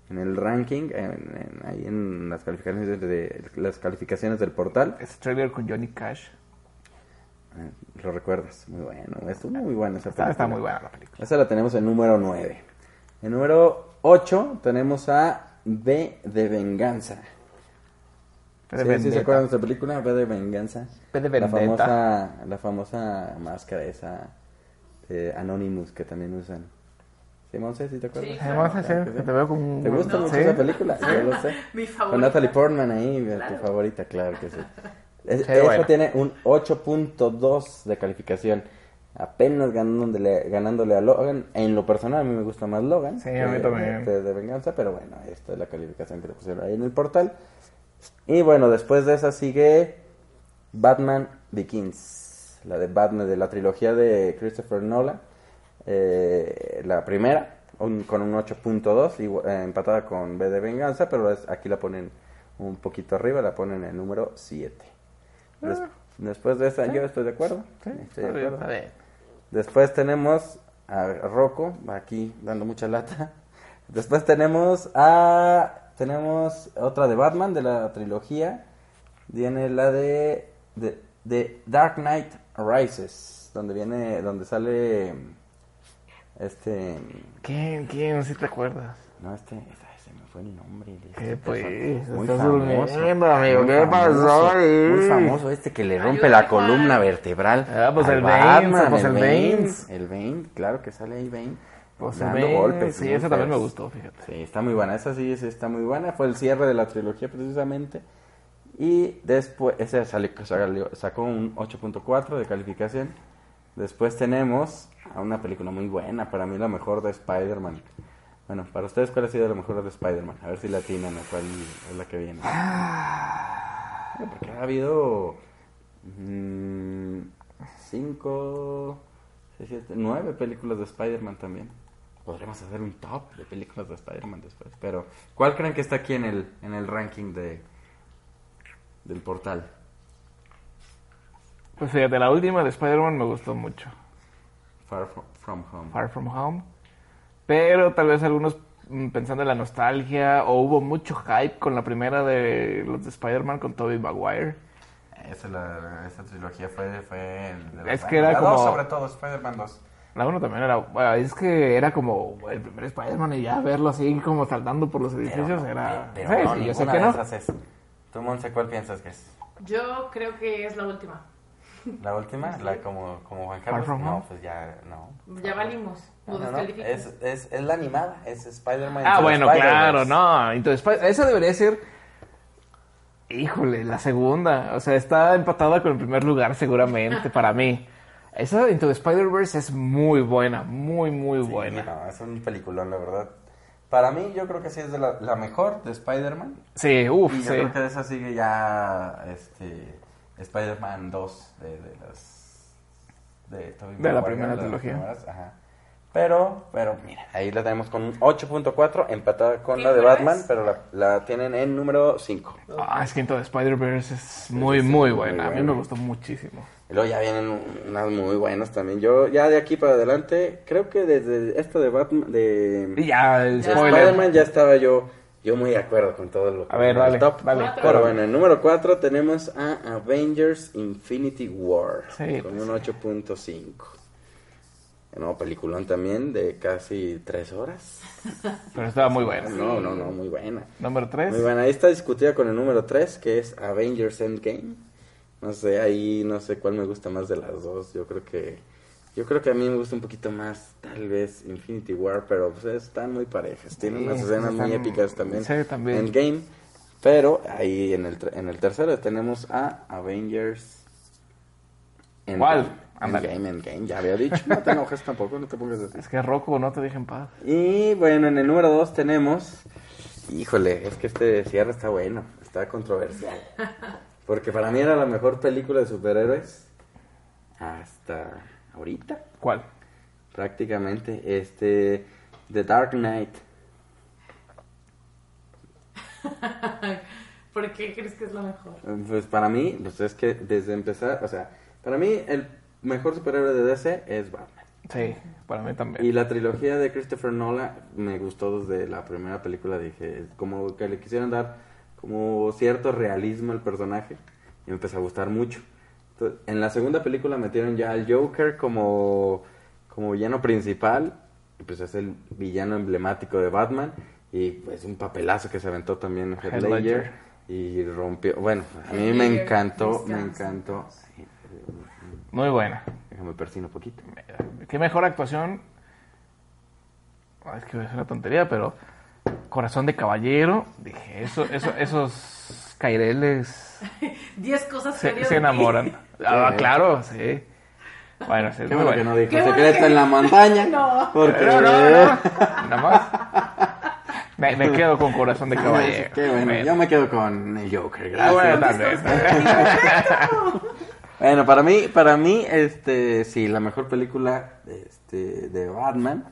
[SPEAKER 2] en el ranking, en- en- ahí en las calificaciones, de, de- las calificaciones del portal.
[SPEAKER 3] Ese trailer con Johnny Cash.
[SPEAKER 2] Eh, Lo recuerdas, muy bueno. Estuvo muy bueno esa
[SPEAKER 3] Está, está
[SPEAKER 2] película.
[SPEAKER 3] muy buena la película.
[SPEAKER 2] Esa la tenemos en número 9. En número 8 tenemos a B de Venganza. ¿Sí,
[SPEAKER 3] P de
[SPEAKER 2] sí se
[SPEAKER 3] Vendetta.
[SPEAKER 2] acuerdan de esta película? B de Venganza.
[SPEAKER 3] B de
[SPEAKER 2] la
[SPEAKER 3] Vendetta.
[SPEAKER 2] famosa, la famosa máscara esa eh, Anonymous que también usan. Sí, Monse, ¿sí te acuerdas?
[SPEAKER 1] Sí,
[SPEAKER 3] Eh, Vamos a hacer, que te veo con...
[SPEAKER 2] ¿Te gusta mucho
[SPEAKER 3] Sí.
[SPEAKER 2] esa película? Yo lo sé.
[SPEAKER 1] Mi
[SPEAKER 2] Con
[SPEAKER 1] favorita.
[SPEAKER 2] Natalie Portman ahí, eh,
[SPEAKER 1] Claro.
[SPEAKER 2] tu favorita, claro que sí. Es-
[SPEAKER 3] Sí,
[SPEAKER 2] esa
[SPEAKER 3] bueno.
[SPEAKER 2] tiene un 8.2 de calificación. Apenas ganándole, ganándole a Logan. En lo personal, a mí me gusta más Logan.
[SPEAKER 3] Sí, a mí
[SPEAKER 2] que-
[SPEAKER 3] también.
[SPEAKER 2] que de venganza, pero bueno, esta es la calificación que le pusieron ahí en el portal. Y bueno, después de esa sigue Batman Begins. La de Batman, de la trilogía de Christopher Nolan. Eh, la primera, un- con un 8.2, igual- eh, empatada con B de Venganza, pero es- aquí la ponen un poquito arriba, la ponen en el número 7. Des- después de esa, yo estoy de acuerdo.
[SPEAKER 3] Ah. Sí,
[SPEAKER 2] estoy de
[SPEAKER 3] está bien,
[SPEAKER 2] acuerdo.
[SPEAKER 3] está bien.
[SPEAKER 2] Después tenemos a Rocco, aquí dando mucha lata. Después tenemos a. Tenemos otra de Batman, de la trilogía. Viene la de. de, de Dark Knight Rises, donde viene. donde sale. Este.
[SPEAKER 3] ¿Quién? ¿Quién? Si te acuerdas.
[SPEAKER 2] No, este. esta- Se me fue el nombre. de este
[SPEAKER 3] ¿Qué pues?
[SPEAKER 2] personaje. Muy
[SPEAKER 3] Estás
[SPEAKER 2] famoso,
[SPEAKER 3] durmiendo, amigo.
[SPEAKER 2] muy
[SPEAKER 3] ¿Qué
[SPEAKER 2] famoso,
[SPEAKER 3] pasó ahí?
[SPEAKER 2] Muy famoso este que le rompe
[SPEAKER 1] Ayúdame,
[SPEAKER 2] la
[SPEAKER 1] Juan.
[SPEAKER 2] columna vertebral.
[SPEAKER 3] Ah, pues
[SPEAKER 2] al
[SPEAKER 3] el Bane, pues el Bane.
[SPEAKER 2] El Bane, claro que sale ahí Bane.
[SPEAKER 3] Pues
[SPEAKER 2] dando
[SPEAKER 3] ven,
[SPEAKER 2] golpes.
[SPEAKER 3] Sí,
[SPEAKER 2] muy
[SPEAKER 3] esa también me
[SPEAKER 2] feos.
[SPEAKER 3] gustó, fíjate.
[SPEAKER 2] Sí, está muy buena. Esa sí, sí está muy buena. Fue el cierre de la trilogía precisamente. Y después, ese salió- salió- sacó un 8.4 de calificación. Después tenemos a una película muy buena, para mí la mejor de Spider-Man. Bueno, para ustedes, ¿cuál ha sido la mejor de Spider-Man? A ver si la atinan, a cuál es la que viene. Porque ha habido 5, cinco, seis, siete, nueve películas de Spider-Man también. Podremos hacer un top de películas de Spider-Man después. Pero, ¿cuál creen que está aquí en el, en el ranking de, del portal?
[SPEAKER 3] Pues fíjate, la última de Spider-Man me gustó mucho.
[SPEAKER 2] Far Fro- From Home.
[SPEAKER 3] Far From Home. Pero tal vez algunos mm, pensando en la nostalgia o hubo mucho hype con la primera de los de Spider-Man con Tobey Maguire.
[SPEAKER 2] Esa, la- esa trilogía fue, fue el de
[SPEAKER 3] Es que era
[SPEAKER 2] la
[SPEAKER 3] como-
[SPEAKER 2] dos, sobre todo, Spider-Man 2.
[SPEAKER 3] La uno también era, bueno, es que era como el primer Spider-Man y ya verlo así como saltando por los edificios era...
[SPEAKER 2] pero
[SPEAKER 3] Sí,
[SPEAKER 2] no,
[SPEAKER 3] sí, yo sé
[SPEAKER 2] ninguna
[SPEAKER 3] que
[SPEAKER 2] de
[SPEAKER 3] no.
[SPEAKER 2] esas es. ¿Tú, Monse, cuál piensas que es?
[SPEAKER 1] Yo creo que es la última.
[SPEAKER 2] ¿La última? ¿La como, como Juan Carlos?
[SPEAKER 3] From
[SPEAKER 2] no,
[SPEAKER 3] Home?
[SPEAKER 2] pues ya, no.
[SPEAKER 1] Ya valimos.
[SPEAKER 2] Ah. No,
[SPEAKER 1] Nos
[SPEAKER 2] no, no,
[SPEAKER 1] descalifican.
[SPEAKER 2] Es, es, es la animada, es Spider-Man.
[SPEAKER 3] Ah,
[SPEAKER 2] into
[SPEAKER 3] bueno,
[SPEAKER 2] Spider-Verse.
[SPEAKER 3] claro, no. Entonces, pa- esa debería ser. Híjole, la segunda. O sea, está empatada con el primer lugar, seguramente, para mí. Esa de Into the Spider-Verse es muy buena, muy, muy
[SPEAKER 2] Sí,
[SPEAKER 3] buena.
[SPEAKER 2] no, es un peliculón, la verdad. Para mí, yo creo que sí es de la, la mejor de Spider-Man.
[SPEAKER 3] Sí, uff,
[SPEAKER 2] Y yo
[SPEAKER 3] sí.
[SPEAKER 2] creo que de esa sigue ya este, Spider-Man 2 de, de las. De, Tobey
[SPEAKER 3] De la
[SPEAKER 2] Maguire,
[SPEAKER 3] primera
[SPEAKER 2] las
[SPEAKER 3] trilogía.
[SPEAKER 2] primeras, ajá. Pero, pero mira, ahí la tenemos con un 8.4, empatada con
[SPEAKER 1] ¿Qué
[SPEAKER 2] la de
[SPEAKER 1] número
[SPEAKER 2] Batman,
[SPEAKER 1] es?
[SPEAKER 2] pero la, la tienen en número 5.
[SPEAKER 3] Ah, es que en todo Spider-Verse es muy,
[SPEAKER 2] sí,
[SPEAKER 3] muy
[SPEAKER 2] muy
[SPEAKER 3] buena. A mí
[SPEAKER 2] buena.
[SPEAKER 3] me gustó muchísimo.
[SPEAKER 2] Y luego ya vienen unas muy buenas también. Yo, ya de aquí para adelante, creo que desde esta de Batman, de,
[SPEAKER 3] Y ya, el
[SPEAKER 1] Ya.
[SPEAKER 3] spoiler.
[SPEAKER 2] Spider-Man ya estaba yo, yo muy de acuerdo con todo lo que
[SPEAKER 3] A ver, dale,
[SPEAKER 2] el top.
[SPEAKER 3] dale.
[SPEAKER 1] Cuatro.
[SPEAKER 2] Pero bueno, en número 4 tenemos a Avengers Infinity War
[SPEAKER 3] Sí,
[SPEAKER 2] con
[SPEAKER 3] pues,
[SPEAKER 2] un 8.5. No, peliculón también de casi 3 horas. Ah,
[SPEAKER 3] Pero estaba muy buena.
[SPEAKER 2] No, no, no, muy buena.
[SPEAKER 3] Número
[SPEAKER 2] Muy
[SPEAKER 3] 3.
[SPEAKER 2] buena. Ahí está discutida con el número 3, que es Avengers Endgame. No sé, ahí no sé cuál me gusta más de las dos. Yo creo que yo creo que a mí me gusta un poquito más, tal vez, Infinity War, pero pues, están muy parejas. Tienen
[SPEAKER 3] Sí,
[SPEAKER 2] unas escenas
[SPEAKER 3] están-
[SPEAKER 2] muy épicas también.
[SPEAKER 3] sí, también.
[SPEAKER 2] Endgame. Pero ahí en el, tre- en el tercero tenemos a Avengers. Endgame.
[SPEAKER 3] ¿Cuál? Ándale.
[SPEAKER 2] Endgame, Endgame, ya había dicho. No te enojes tampoco, no te pongas así.
[SPEAKER 3] Es que Rocco, no te dije en paz.
[SPEAKER 2] Y bueno, en el número 2 tenemos. Híjole, es que este cierre está bueno, está controversial. Porque para mí era la mejor película de superhéroes hasta ahorita,
[SPEAKER 3] ¿Cuál?
[SPEAKER 2] prácticamente. Este. The Dark Knight.
[SPEAKER 1] ¿Por qué crees que es lo mejor?
[SPEAKER 2] Pues para mí, pues es que desde empezar, o sea, para mí el mejor superhéroe de DC es Batman.
[SPEAKER 3] Sí, para mí también.
[SPEAKER 2] Y la trilogía de Christopher Nolan me gustó desde la primera película. Dije, como que le quisieron dar como cierto realismo al personaje. Y me empezó a gustar mucho. Entonces, en la segunda película metieron ya al Joker como, como villano principal. Y pues es el villano emblemático de Batman. Y pues un papelazo que se aventó también Heath
[SPEAKER 3] Heath
[SPEAKER 2] Ledger.
[SPEAKER 3] Ledger.
[SPEAKER 2] Y rompió. Bueno, a mí
[SPEAKER 1] Heath
[SPEAKER 2] me
[SPEAKER 1] Ledger,
[SPEAKER 2] encantó, me
[SPEAKER 1] descansa.
[SPEAKER 2] encantó. Sí,
[SPEAKER 3] Muy buena.
[SPEAKER 2] Déjame persino un poquito.
[SPEAKER 3] Qué mejor actuación. Ay, Es que es una tontería, pero. Corazón de caballero. Dije, eso, eso, esos caireles
[SPEAKER 1] Diez cosas que
[SPEAKER 3] se,
[SPEAKER 1] odio
[SPEAKER 3] se
[SPEAKER 1] de ti.
[SPEAKER 3] enamoran. Ah,
[SPEAKER 2] Sí.
[SPEAKER 3] claro, sí. Bueno, sí,
[SPEAKER 2] Qué
[SPEAKER 3] muy
[SPEAKER 2] bueno que
[SPEAKER 3] buena.
[SPEAKER 2] no dijo
[SPEAKER 1] Qué bueno
[SPEAKER 2] secreto
[SPEAKER 1] que-
[SPEAKER 2] en la montaña.
[SPEAKER 1] No.
[SPEAKER 2] Porque...
[SPEAKER 3] No, no, no. Nada más. Me, me quedo con corazón de caballero.
[SPEAKER 2] Qué bueno,
[SPEAKER 3] Bueno.
[SPEAKER 2] yo me quedo con el Joker, gracias.
[SPEAKER 3] Ah, bueno,
[SPEAKER 2] Bueno,
[SPEAKER 3] tal vez.
[SPEAKER 2] para mí, para mí, este, sí, la mejor película, este, de Batman,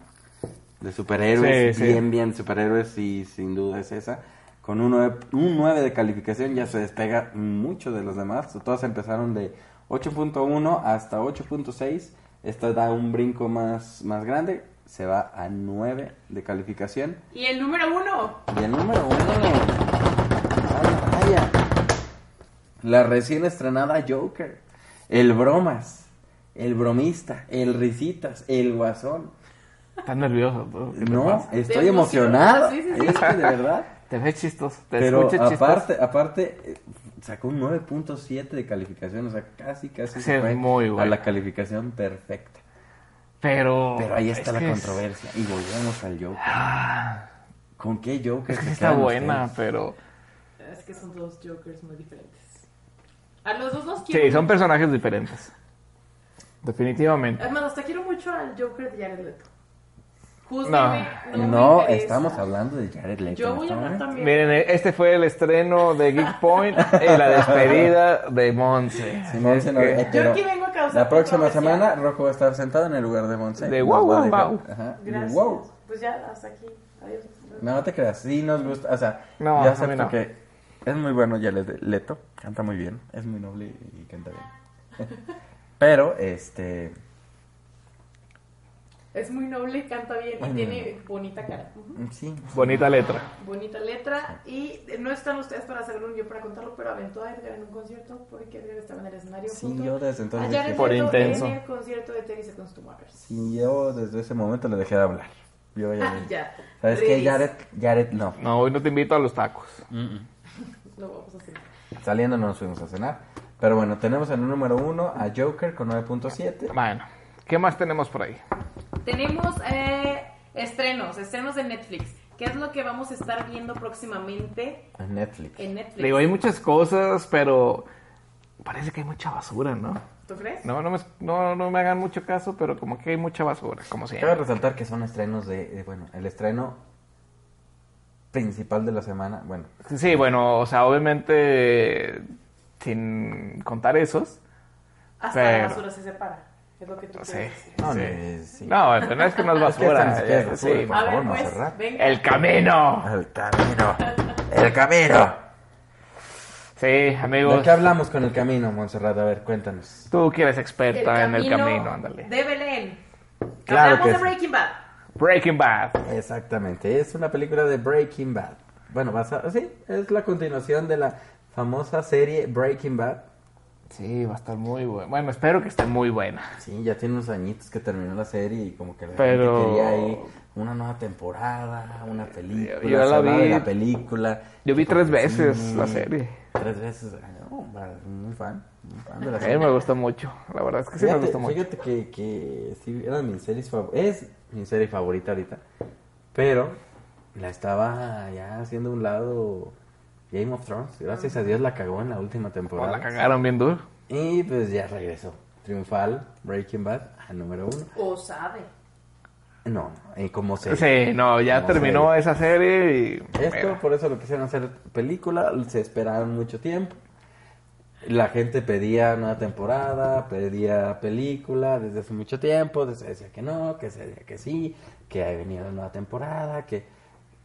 [SPEAKER 2] de superhéroes,
[SPEAKER 3] Sí, sí.
[SPEAKER 2] bien, bien superhéroes, y sin duda es esa. Con un 9, un 9 de calificación ya se despega mucho de los demás. Todas empezaron de 8.1 hasta 8.6. Esta da un brinco más, más grande. Se va a 9 de calificación.
[SPEAKER 1] Y el número uno.
[SPEAKER 2] Y el número uno. Vaya, vaya. La recién estrenada Joker. El bromas. El bromista. El risitas. El guasón.
[SPEAKER 3] Estás nervioso. tú. ¿Qué te
[SPEAKER 2] No,
[SPEAKER 3] pasa?
[SPEAKER 2] estoy
[SPEAKER 1] Te
[SPEAKER 2] emocionado.
[SPEAKER 1] emociona, sí, sí, sí.
[SPEAKER 2] Es que de verdad.
[SPEAKER 3] Te ves chistoso. Te
[SPEAKER 2] Pero
[SPEAKER 3] escuchas chistoso.
[SPEAKER 2] aparte, aparte, eh, sacó un 9.7 de calificación. O sea, casi, casi
[SPEAKER 3] Sí, es muy
[SPEAKER 2] a
[SPEAKER 3] buena.
[SPEAKER 2] la calificación perfecta.
[SPEAKER 3] Pero.
[SPEAKER 2] Pero ahí está
[SPEAKER 3] es
[SPEAKER 2] la
[SPEAKER 3] que es- Ah.
[SPEAKER 2] controversia. Y volvemos al Joker. ¿Con qué Joker?
[SPEAKER 3] Es que
[SPEAKER 2] se
[SPEAKER 3] está
[SPEAKER 2] quedan
[SPEAKER 3] buena,
[SPEAKER 2] ustedes?
[SPEAKER 3] pero.
[SPEAKER 1] Es que son dos Jokers muy diferentes. A los dos los quiero.
[SPEAKER 3] Sí, son personajes diferentes. Definitivamente.
[SPEAKER 1] Además, hasta quiero mucho al Joker de Jared Leto. Justo
[SPEAKER 3] No.
[SPEAKER 1] me- me
[SPEAKER 2] No,
[SPEAKER 1] interesa.
[SPEAKER 2] estamos hablando de Jared Leto.
[SPEAKER 1] Yo
[SPEAKER 2] ¿no
[SPEAKER 1] voy a
[SPEAKER 2] está
[SPEAKER 1] hablar
[SPEAKER 2] bien?
[SPEAKER 1] también.
[SPEAKER 3] Miren, eh, este fue el estreno de Geek Point y la despedida de Monse.
[SPEAKER 2] Simón se nos-
[SPEAKER 3] que-
[SPEAKER 2] eh, pero
[SPEAKER 1] aquí vengo a causar
[SPEAKER 2] La próxima
[SPEAKER 1] controversia.
[SPEAKER 2] semana Rocco va a estar sentado en el lugar de Monse.
[SPEAKER 3] De
[SPEAKER 2] Nos
[SPEAKER 3] wow,
[SPEAKER 2] va a
[SPEAKER 3] wow,
[SPEAKER 2] dejar-
[SPEAKER 3] wow.
[SPEAKER 2] Ajá, de
[SPEAKER 1] Gracias.
[SPEAKER 2] wow.
[SPEAKER 1] Pues ya, hasta aquí. Adiós.
[SPEAKER 2] No te creas, sí nos gusta, o sea,
[SPEAKER 3] No,
[SPEAKER 2] ya
[SPEAKER 3] a mí
[SPEAKER 2] acepto
[SPEAKER 3] no.
[SPEAKER 2] que es muy bueno Jared Leto, canta muy bien, es muy noble y canta bien. pero, este,
[SPEAKER 1] Es muy noble, canta bien y
[SPEAKER 2] Mm.
[SPEAKER 1] tiene bonita cara. Ujú.
[SPEAKER 2] sí,
[SPEAKER 3] Bonita letra.
[SPEAKER 1] Bonita letra. Y no están ustedes para saberlo ni yo para contarlo, pero aventó a Edgar en un concierto porque Edgar estaba en el escenario.
[SPEAKER 2] Sí,
[SPEAKER 1] junto
[SPEAKER 2] yo desde entonces
[SPEAKER 1] a Jared
[SPEAKER 2] dije-
[SPEAKER 3] Por
[SPEAKER 1] Leto
[SPEAKER 3] intenso.
[SPEAKER 1] En el concierto de Teddy Seconds to Mars.
[SPEAKER 2] y yo desde ese momento le dejé de hablar. Yo
[SPEAKER 3] Eh,
[SPEAKER 2] ya-
[SPEAKER 1] Ah, ya.
[SPEAKER 2] ¿Sabes qué?
[SPEAKER 1] Release.
[SPEAKER 2] Jared, Jared, no.
[SPEAKER 3] No, hoy no te invito a los tacos.
[SPEAKER 1] Lo vamos a hacer.
[SPEAKER 2] Saliendo no nos fuimos a cenar. Pero bueno, tenemos en el número uno a Joker con 9.7.
[SPEAKER 3] Bueno, ¿qué más tenemos por ahí?
[SPEAKER 1] Tenemos eh, estrenos, estrenos de Netflix. ¿Qué es lo que vamos a estar viendo próximamente
[SPEAKER 2] En Netflix.
[SPEAKER 1] en Netflix?
[SPEAKER 3] Digo, hay muchas cosas, pero parece que hay mucha basura, ¿no?
[SPEAKER 1] ¿Tú crees?
[SPEAKER 3] No, no me, no, no me hagan mucho caso, pero como que hay mucha basura, como siempre.
[SPEAKER 2] Cabe resaltar que son estrenos de, de, bueno, el eh, estreno principal de la semana. Bueno,
[SPEAKER 3] Sí, bueno, o sea, obviamente, sin contar esos.
[SPEAKER 1] Hasta
[SPEAKER 3] Pero-
[SPEAKER 1] la basura se separa. Es lo que tú
[SPEAKER 3] Sí.
[SPEAKER 1] quieres decir.
[SPEAKER 2] no,
[SPEAKER 3] Sí.
[SPEAKER 2] no, este, sí.
[SPEAKER 3] No, no es que no
[SPEAKER 2] Es que esta ni
[SPEAKER 3] es basura.
[SPEAKER 2] siquiera
[SPEAKER 3] eh,
[SPEAKER 2] es
[SPEAKER 3] sí,
[SPEAKER 2] basura, por
[SPEAKER 1] A
[SPEAKER 2] favor,
[SPEAKER 1] ver, pues,
[SPEAKER 2] Monserrat.
[SPEAKER 1] venga.
[SPEAKER 3] el camino.
[SPEAKER 2] El camino. El camino.
[SPEAKER 3] Sí,
[SPEAKER 2] ¿De
[SPEAKER 3] amigos.
[SPEAKER 2] qué hablamos con el camino, Monserrat? A ver, cuéntanos.
[SPEAKER 3] Tú que eres experta en el camino, ándale.
[SPEAKER 1] De Belén.
[SPEAKER 2] Claro
[SPEAKER 1] Hablamos
[SPEAKER 2] que
[SPEAKER 1] de
[SPEAKER 2] sí.
[SPEAKER 1] Breaking Bad.
[SPEAKER 3] Breaking Bad.
[SPEAKER 2] Exactamente, es una película de Breaking Bad. Bueno, basa- sí, es la continuación de la famosa serie Breaking Bad.
[SPEAKER 3] Sí, va a estar muy buena. Bueno, espero que esté muy buena.
[SPEAKER 2] Sí, ya tiene unos añitos que terminó la serie y como que la
[SPEAKER 3] Pero-
[SPEAKER 2] gente quería ahí una nueva temporada, una película,
[SPEAKER 3] Yo- yo la
[SPEAKER 2] se hablaba
[SPEAKER 3] vi-
[SPEAKER 2] de la película.
[SPEAKER 3] Yo vi
[SPEAKER 2] que
[SPEAKER 3] tres
[SPEAKER 2] porque
[SPEAKER 3] veces la serie.
[SPEAKER 2] Tres veces, ay, no, va, muy fan, muy fan de la
[SPEAKER 3] A
[SPEAKER 2] serie.
[SPEAKER 3] mí me gustó mucho. La verdad es que sí me
[SPEAKER 2] fíjate,
[SPEAKER 3] gustó mucho.
[SPEAKER 2] fíjate que, que sí, era mi serie favorita, es mi serie favorita ahorita, pero la estaba ya haciendo a un lado Game of Thrones, gracias a Dios la cagó en la última
[SPEAKER 3] Pues
[SPEAKER 2] temporada.
[SPEAKER 3] la cagaron bien duro.
[SPEAKER 2] Y pues ya regresó. Triunfal, Breaking Bad, a número uno.
[SPEAKER 1] O sabe.
[SPEAKER 2] No, y como se...
[SPEAKER 3] Sí, no, ya
[SPEAKER 2] Como
[SPEAKER 3] terminó
[SPEAKER 2] serie.
[SPEAKER 3] esa serie y...
[SPEAKER 2] Esto, pues,
[SPEAKER 3] mira,
[SPEAKER 2] por eso lo quisieron hacer película, se esperaron mucho tiempo. La gente pedía nueva temporada, pedía película desde hace mucho tiempo, se decía que no, que se decía que sí, que ahí venía la nueva temporada, que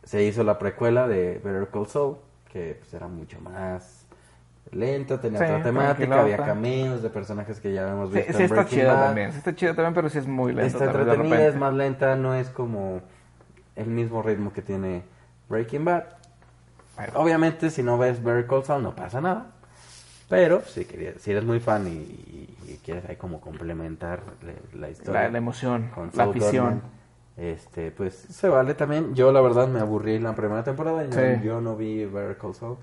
[SPEAKER 2] se hizo la precuela de Better Call Saul, que pues era mucho más lenta, tenía
[SPEAKER 3] Sí,
[SPEAKER 2] otra temática,
[SPEAKER 3] tranquilota.
[SPEAKER 2] había cameos de personajes que ya habíamos
[SPEAKER 3] sí,
[SPEAKER 2] visto
[SPEAKER 3] sí
[SPEAKER 2] en
[SPEAKER 3] está
[SPEAKER 2] Breaking
[SPEAKER 3] chida
[SPEAKER 2] Bad.
[SPEAKER 3] también. Sí está chida también, pero sí es muy lento.
[SPEAKER 2] Está
[SPEAKER 3] también de
[SPEAKER 2] entretenida, es
[SPEAKER 3] repente.
[SPEAKER 2] más lenta, no es como el mismo ritmo que tiene Breaking Bad.
[SPEAKER 3] Pero-
[SPEAKER 2] Obviamente, si no ves Better Call Saul, no pasa nada. Pero si, querías- si eres muy fan y, y- y quieres ahí como complementar la, la historia.
[SPEAKER 3] La, la emoción,
[SPEAKER 2] con
[SPEAKER 3] la
[SPEAKER 2] Saul
[SPEAKER 3] afición.
[SPEAKER 2] Goodman, este, pues se vale también. Yo, la verdad, me aburrí en la primera temporada. Yo,
[SPEAKER 3] Sí.
[SPEAKER 2] yo no vi Better Call Saul.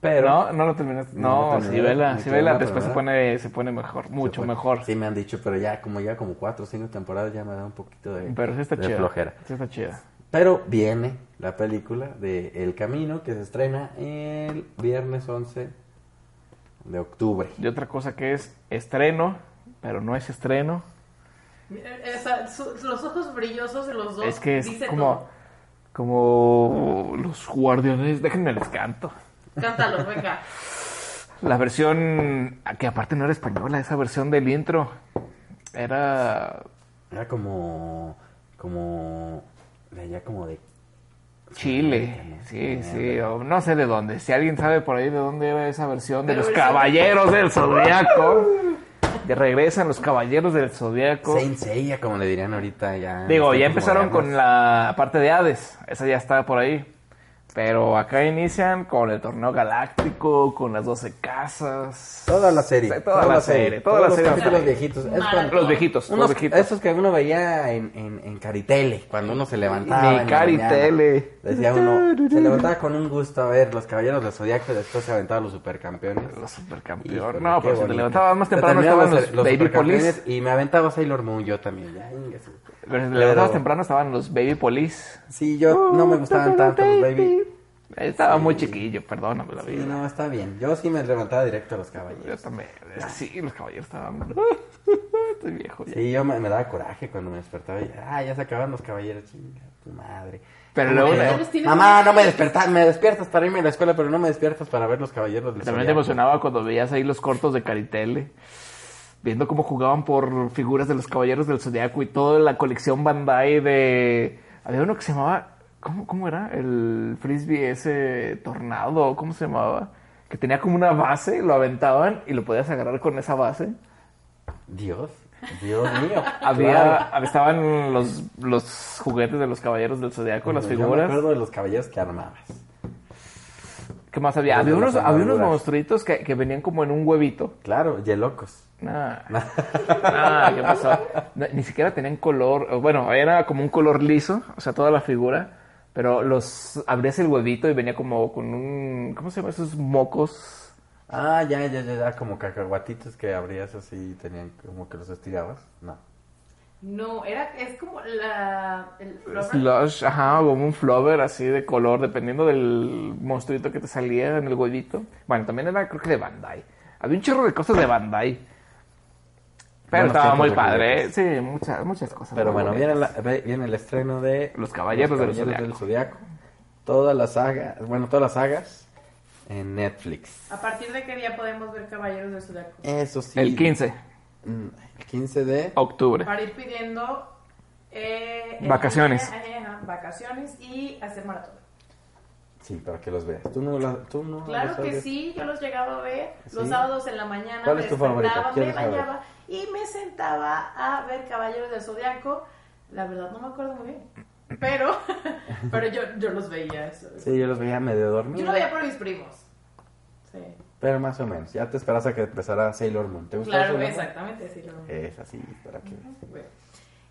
[SPEAKER 3] Pero
[SPEAKER 2] Pero
[SPEAKER 3] no, no lo terminaste.
[SPEAKER 2] No,
[SPEAKER 3] No,
[SPEAKER 2] no
[SPEAKER 3] si
[SPEAKER 2] terminé,
[SPEAKER 3] vela,
[SPEAKER 2] me
[SPEAKER 3] si
[SPEAKER 2] quedé en
[SPEAKER 3] vela,
[SPEAKER 2] la
[SPEAKER 3] después se
[SPEAKER 2] primera.
[SPEAKER 3] pone, se pone mejor, mucho
[SPEAKER 2] Bueno,
[SPEAKER 3] mejor.
[SPEAKER 2] Sí, me han dicho, pero ya como ya como cuatro o cinco temporadas ya me da un poquito de,
[SPEAKER 3] Pero sí está
[SPEAKER 2] de
[SPEAKER 3] chida.
[SPEAKER 2] flojera.
[SPEAKER 3] Sí está chida.
[SPEAKER 2] Pero viene la película de El Camino que se estrena el viernes 11 de octubre.
[SPEAKER 3] Y otra cosa que es estreno, pero no es estreno.
[SPEAKER 1] Mira, Eh, esa- su- los ojos brillosos de los dos.
[SPEAKER 3] es que es
[SPEAKER 1] dice
[SPEAKER 3] como, como los guardianes. Déjenme les canto.
[SPEAKER 1] todo. Cántalo, venga.
[SPEAKER 3] La versión ah, que aparte no era española, esa versión del intro era
[SPEAKER 2] Era como como de allá como de
[SPEAKER 3] Chile. Sí, sí, o no sé de dónde. Si alguien sabe por ahí de dónde era esa versión de
[SPEAKER 1] Pero
[SPEAKER 3] los
[SPEAKER 1] el
[SPEAKER 3] caballeros del zodiaco. De regresan los caballeros del zodiaco.
[SPEAKER 2] Saint Seiya, como le dirían ahorita ya.
[SPEAKER 3] Digo,
[SPEAKER 2] Los
[SPEAKER 3] ya
[SPEAKER 2] tiempos
[SPEAKER 3] empezaron con
[SPEAKER 2] modernos.
[SPEAKER 3] la parte de Hades, esa ya está por ahí. Pero acá inician con el torneo galáctico, con las 12 casas.
[SPEAKER 2] toda la serie,
[SPEAKER 3] Toda, la, serie, toda
[SPEAKER 2] todos
[SPEAKER 3] la serie.
[SPEAKER 2] Los capítulos
[SPEAKER 3] Los,
[SPEAKER 2] viejitos, es
[SPEAKER 1] Maratón.
[SPEAKER 2] cuando-
[SPEAKER 1] Los
[SPEAKER 3] viejitos,
[SPEAKER 2] unos-
[SPEAKER 3] los viejitos.
[SPEAKER 2] esos que uno veía en, en, en Caritele, cuando uno se levantaba.
[SPEAKER 3] Ni
[SPEAKER 2] en la
[SPEAKER 3] Caritele.
[SPEAKER 2] mañana. Decía uno, se levantaba con un gusto a ver los caballeros del Zodíaco y después se aventaban los supercampeones.
[SPEAKER 3] Los
[SPEAKER 2] Híjole,
[SPEAKER 3] supercampeones.
[SPEAKER 2] qué
[SPEAKER 3] No, pero si te
[SPEAKER 2] bonito.
[SPEAKER 3] levantabas más
[SPEAKER 2] Te
[SPEAKER 3] temprano
[SPEAKER 2] terminaban
[SPEAKER 3] estaban los, Baby
[SPEAKER 2] supercampeones
[SPEAKER 3] Police.
[SPEAKER 2] Y me aventaba Sailor Moon yo también. ya, ingue su-
[SPEAKER 3] Pero si te
[SPEAKER 2] Pero-
[SPEAKER 3] levantabas temprano estaban los Baby Police.
[SPEAKER 2] Sí, yo no me gustaban tanto los Baby.
[SPEAKER 3] Estaba muy chiquillo, perdóname la
[SPEAKER 2] Sí,
[SPEAKER 3] vida.
[SPEAKER 2] no, está bien. Yo sí me levantaba directo a los caballeros.
[SPEAKER 3] Yo también. Es que sí, los caballeros estaban. Estoy viejo ya.
[SPEAKER 2] Sí, yo me, me daba coraje cuando me despertaba y ah, ya se acaban los caballeros, chinga, tu madre.
[SPEAKER 3] Pero
[SPEAKER 2] ¿Cómo
[SPEAKER 3] luego-
[SPEAKER 2] que
[SPEAKER 3] Ya
[SPEAKER 1] los tienes
[SPEAKER 2] Mamá,
[SPEAKER 1] muy
[SPEAKER 2] no me
[SPEAKER 1] grandes".
[SPEAKER 2] despiertas, me despiertas para irme a la escuela, pero no me despiertas para ver los caballeros del
[SPEAKER 3] También
[SPEAKER 2] Zodiaco.
[SPEAKER 3] te emocionaba cuando veías ahí los cortos de Caritele, viendo cómo jugaban por figuras de los Caballeros del Zodiaco y toda la colección Bandai de... Había uno que se llamaba... ¿Cómo, cómo era? El frisbee ese tornado, ¿cómo se llamaba? Que tenía como una base, lo aventaban y lo podías agarrar con esa base.
[SPEAKER 2] Dios, Dios mío.
[SPEAKER 3] Había,
[SPEAKER 2] Ah, claro.
[SPEAKER 3] hab- estaban los, los juguetes de los Caballeros del Zodiaco, las
[SPEAKER 2] Yo me
[SPEAKER 3] figuras.
[SPEAKER 2] acuerdo de los caballeros que armabas.
[SPEAKER 3] ¿Qué más había?
[SPEAKER 2] Los
[SPEAKER 3] Había
[SPEAKER 2] de las
[SPEAKER 3] unos, había unos
[SPEAKER 2] armaduras.
[SPEAKER 3] monstruitos que, que venían como en un huevito.
[SPEAKER 2] Claro, yelocos.
[SPEAKER 3] Nah. Nah, Ah, ¿qué pasó? No, Ni siquiera tenían color. o Bueno, era como un color liso, o sea, toda la figura. Pero los abrías el huevito y venía como con un. ¿Cómo se llama? Esos mocos.
[SPEAKER 2] Ah, ya, ya, ya, ya, como cacahuatitos que abrías así y tenían como que los estirabas. No.
[SPEAKER 1] No, era, es como la. El,
[SPEAKER 3] Slush, ajá, como un flower así de color, dependiendo del monstruito que te salía en el huevito. Bueno, también era, creo que de Bandai. Había un chorro de cosas de Bandai. Pero
[SPEAKER 2] Buenos
[SPEAKER 3] estaba
[SPEAKER 2] tiempos
[SPEAKER 3] muy
[SPEAKER 2] de
[SPEAKER 3] padre, ¿eh?
[SPEAKER 2] juguetes.
[SPEAKER 3] sí, muchas, muchas cosas.
[SPEAKER 2] Pero
[SPEAKER 3] muy
[SPEAKER 2] bueno,
[SPEAKER 3] bonitas.
[SPEAKER 2] viene, la- ve- viene el estreno de
[SPEAKER 3] Los Caballeros del
[SPEAKER 2] Caballeros del Zodiaco. toda la saga, bueno, todas las sagas en Netflix.
[SPEAKER 1] ¿A partir de qué día podemos ver Caballeros del Zodiaco?
[SPEAKER 2] Eso sí.
[SPEAKER 3] El 15
[SPEAKER 2] Mm, El 15 de...
[SPEAKER 3] octubre.
[SPEAKER 1] Para ir pidiendo... eh, en
[SPEAKER 3] Vacaciones.
[SPEAKER 1] línea, ajá, ajá, vacaciones y hacer maratón.
[SPEAKER 2] Sí, para que los veas. Tú no, la- tú no
[SPEAKER 1] Claro
[SPEAKER 2] los
[SPEAKER 1] que
[SPEAKER 2] sabes.
[SPEAKER 1] sí, yo los llegaba a ver los
[SPEAKER 2] Ah, Sí.
[SPEAKER 1] sábados en la mañana.
[SPEAKER 2] ¿Cuál es tu
[SPEAKER 1] me
[SPEAKER 2] favorita?
[SPEAKER 1] despertaba,
[SPEAKER 2] ¿Quieres
[SPEAKER 1] Me
[SPEAKER 2] saber?
[SPEAKER 1] bañaba y me sentaba a ver Caballeros del Zodiaco. La verdad no me acuerdo muy bien, pero, pero yo, yo los veía. eso es.
[SPEAKER 2] Sí, yo los veía medio
[SPEAKER 1] Yo
[SPEAKER 2] dormidos.
[SPEAKER 1] lo veía por mis primos. Sí,
[SPEAKER 2] Pero más o menos. Ya te esperas a que empezara Sailor Moon. ¿Te gusta Eh.
[SPEAKER 1] claro,
[SPEAKER 2] Sailor Moon?
[SPEAKER 1] exactamente. Sí, lo-
[SPEAKER 2] Es así, para que...
[SPEAKER 1] bueno.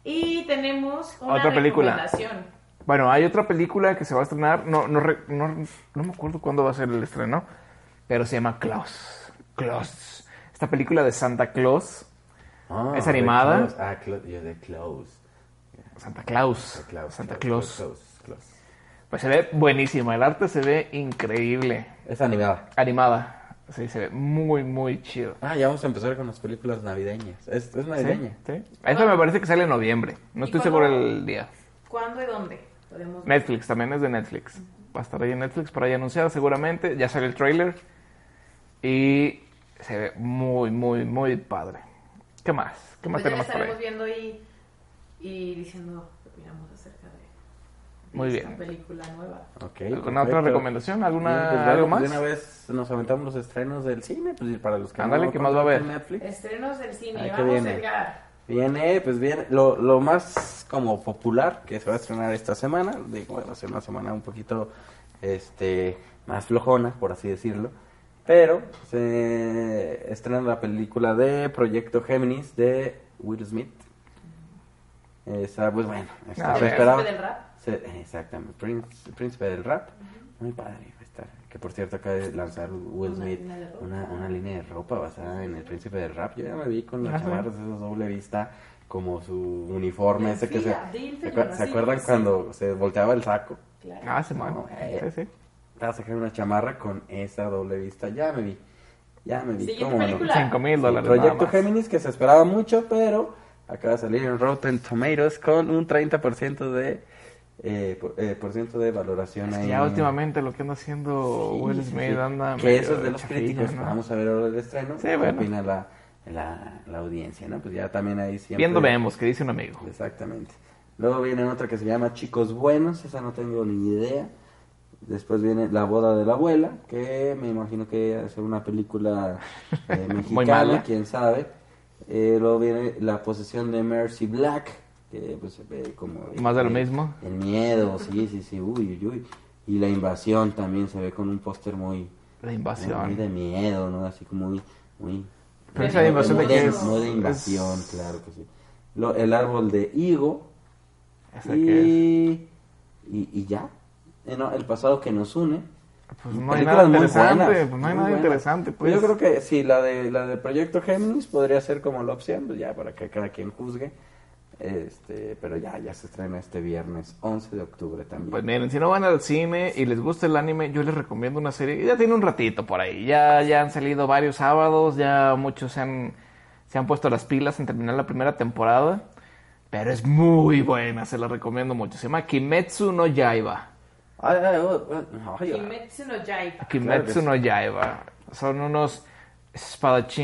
[SPEAKER 1] Y tenemos una
[SPEAKER 3] Otra película.
[SPEAKER 1] recomendación.
[SPEAKER 3] Bueno, hay otra película que se va a estrenar, no, no, re- no, no me acuerdo cuándo va a ser el estreno, pero se llama Klaus. Klaus. Esta película de Santa Claus.
[SPEAKER 2] Ah,
[SPEAKER 3] ¿Es
[SPEAKER 2] de
[SPEAKER 3] animada?
[SPEAKER 2] Klaus. Ah, Klaus, yo de Klaus.
[SPEAKER 3] Santa Claus.
[SPEAKER 2] De Klaus,
[SPEAKER 3] Santa
[SPEAKER 2] Klaus,
[SPEAKER 3] Claus.
[SPEAKER 2] Klaus, Klaus.
[SPEAKER 3] Pues se ve buenísima, el arte se ve increíble.
[SPEAKER 2] Es animada.
[SPEAKER 3] Animada. Sí, se ve muy, muy chido.
[SPEAKER 2] Ah, ya vamos a empezar con las películas navideñas. Es, es
[SPEAKER 3] Ah,
[SPEAKER 2] navideña.
[SPEAKER 3] ¿Sí? Esta me parece que sale en noviembre. No
[SPEAKER 1] ¿Y
[SPEAKER 3] estoy
[SPEAKER 1] cuándo?
[SPEAKER 3] seguro el día.
[SPEAKER 1] ¿Cuándo y dónde? Podemos ver?
[SPEAKER 3] Netflix, también es de Netflix. Va a estar ahí en Netflix por ahí anunciada seguramente. Ya sale el trailer. Y se ve muy, muy, muy padre. ¿Qué más? ¿Qué más
[SPEAKER 1] Pues ya
[SPEAKER 3] tenemos por
[SPEAKER 1] estaremos
[SPEAKER 3] ahí?
[SPEAKER 1] viendo y, y diciendo qué opinamos acerca de, de
[SPEAKER 3] Muy
[SPEAKER 1] esta
[SPEAKER 3] bien.
[SPEAKER 1] película nueva.
[SPEAKER 2] Ok,
[SPEAKER 3] ¿Alguna otra
[SPEAKER 2] perfecto.
[SPEAKER 3] recomendación? ¿Alguna-
[SPEAKER 2] Bien, pues, de-
[SPEAKER 3] algo más?
[SPEAKER 2] De una vez nos aventamos los estrenos del cine, pues y para los que
[SPEAKER 3] Ándale, ¿qué más va a haber?
[SPEAKER 2] conocen Netflix.
[SPEAKER 1] Estrenos del cine.
[SPEAKER 2] Ay, ¿qué
[SPEAKER 1] Vamos,
[SPEAKER 2] viene?
[SPEAKER 1] Edgar.
[SPEAKER 2] Viene, pues viene, lo, lo más como popular que se va a estrenar esta semana, digo, va a ser una semana un poquito, este, más flojona, por así decirlo, pero se estrena la película de Proyecto Géminis de Will Smith. Esa, pues bueno,
[SPEAKER 3] Ah,
[SPEAKER 2] está
[SPEAKER 3] a
[SPEAKER 1] ¿Del
[SPEAKER 3] ver.
[SPEAKER 2] esperado.
[SPEAKER 1] príncipe del rap?
[SPEAKER 2] Sí, exactamente, Prince- Príncipe del Rap. Muy padre va a estar. Que por cierto acaba de lanzar Will
[SPEAKER 1] Una
[SPEAKER 2] Smith
[SPEAKER 1] línea de ropa.
[SPEAKER 2] una, una línea de ropa basada en el Príncipe del Rap. Yo ya me vi con los
[SPEAKER 3] Ajá.
[SPEAKER 2] chamarras de esos doble vista, como su uniforme ese que se...
[SPEAKER 1] Delfina,
[SPEAKER 2] ¿Se,
[SPEAKER 1] delfina,
[SPEAKER 2] acuer- se
[SPEAKER 1] sí,
[SPEAKER 2] acuerdan
[SPEAKER 1] sí.
[SPEAKER 2] cuando se volteaba el saco?
[SPEAKER 1] Claro.
[SPEAKER 3] Ah, se mueve.
[SPEAKER 2] No, eh.
[SPEAKER 3] Sí, sí.
[SPEAKER 2] Estaba sacando una chamarra con esa doble vista. Ya me vi. Ya me vi.
[SPEAKER 1] Siguiente
[SPEAKER 2] ¿Cómo no?
[SPEAKER 1] película.
[SPEAKER 3] Cinco mil dólares. nada
[SPEAKER 2] Proyecto
[SPEAKER 3] más.
[SPEAKER 2] Géminis que se esperaba mucho, pero acaba de salir en Rotten Tomatoes con un 30% de eh, por, eh, por ciento de valoración
[SPEAKER 3] Es que
[SPEAKER 2] ahí.
[SPEAKER 3] ya últimamente lo que anda haciendo
[SPEAKER 2] Sí,
[SPEAKER 3] Will
[SPEAKER 2] sí,
[SPEAKER 3] Smith
[SPEAKER 2] sí.
[SPEAKER 3] anda
[SPEAKER 2] que
[SPEAKER 3] medio
[SPEAKER 2] eso es de los
[SPEAKER 3] chafilla,
[SPEAKER 2] críticos.
[SPEAKER 3] ¿no?
[SPEAKER 2] Vamos a ver ahora el estreno.
[SPEAKER 3] Sí,
[SPEAKER 2] ¿Qué
[SPEAKER 3] bueno.
[SPEAKER 2] opina la, la, la audiencia, no? Pues ya también ahí siempre.
[SPEAKER 3] Viendo vemos, que dice un amigo.
[SPEAKER 2] Exactamente. Luego viene otra que se llama Chicos Buenos, esa no tengo ni idea. Después viene La Boda de la Abuela, que me imagino que es una película eh,
[SPEAKER 3] Muy
[SPEAKER 2] mexicana,
[SPEAKER 3] mala.
[SPEAKER 2] quién sabe. Eh, luego viene La Posesión de Mercy Black, que pues se ve como...
[SPEAKER 3] Más de lo
[SPEAKER 2] eh,
[SPEAKER 3] mismo.
[SPEAKER 2] El miedo, sí, sí, sí, uy, uy, uy. Y La Invasión también se ve con un póster muy...
[SPEAKER 3] La
[SPEAKER 2] Muy
[SPEAKER 3] invasión.
[SPEAKER 2] de miedo, ¿no? Así como muy... muy
[SPEAKER 3] Pero esa invasión
[SPEAKER 2] muy
[SPEAKER 3] de qué
[SPEAKER 2] de,
[SPEAKER 3] es.
[SPEAKER 2] muy de invasión,
[SPEAKER 3] Es-
[SPEAKER 2] claro que sí. Lo- el árbol de higo,
[SPEAKER 3] ¿Esa qué es?
[SPEAKER 2] y, y, y ya. Eh, no, el pasado que nos une.
[SPEAKER 3] Pues
[SPEAKER 2] Y
[SPEAKER 3] no hay
[SPEAKER 2] películas
[SPEAKER 3] nada
[SPEAKER 2] muy
[SPEAKER 3] interesante.
[SPEAKER 2] buenas,
[SPEAKER 3] Pues no
[SPEAKER 2] muy
[SPEAKER 3] hay nada
[SPEAKER 2] buenas.
[SPEAKER 3] interesante. Pues.
[SPEAKER 2] Yo creo que sí, la de, la de Proyecto Géminis podría ser como la opción, pues ya para que cada quien juzgue. Este, pero ya, ya se estrena este viernes 11 de octubre también.
[SPEAKER 3] Pues miren, si no van al cine y les gusta el anime, yo les recomiendo una serie. Ya tiene un ratito por ahí. Ya, ya han salido varios sábados, ya muchos se han, se han puesto las pilas en terminar la primera temporada. Pero es muy buena, se la recomiendo mucho. Se llama Kimetsu no Yaiba.
[SPEAKER 2] Ay, ay, oh, oh, ay, ay.
[SPEAKER 1] Kimetsu no Yaiba.
[SPEAKER 3] Kimetsu
[SPEAKER 2] Claro
[SPEAKER 3] no Yaiba. Son unos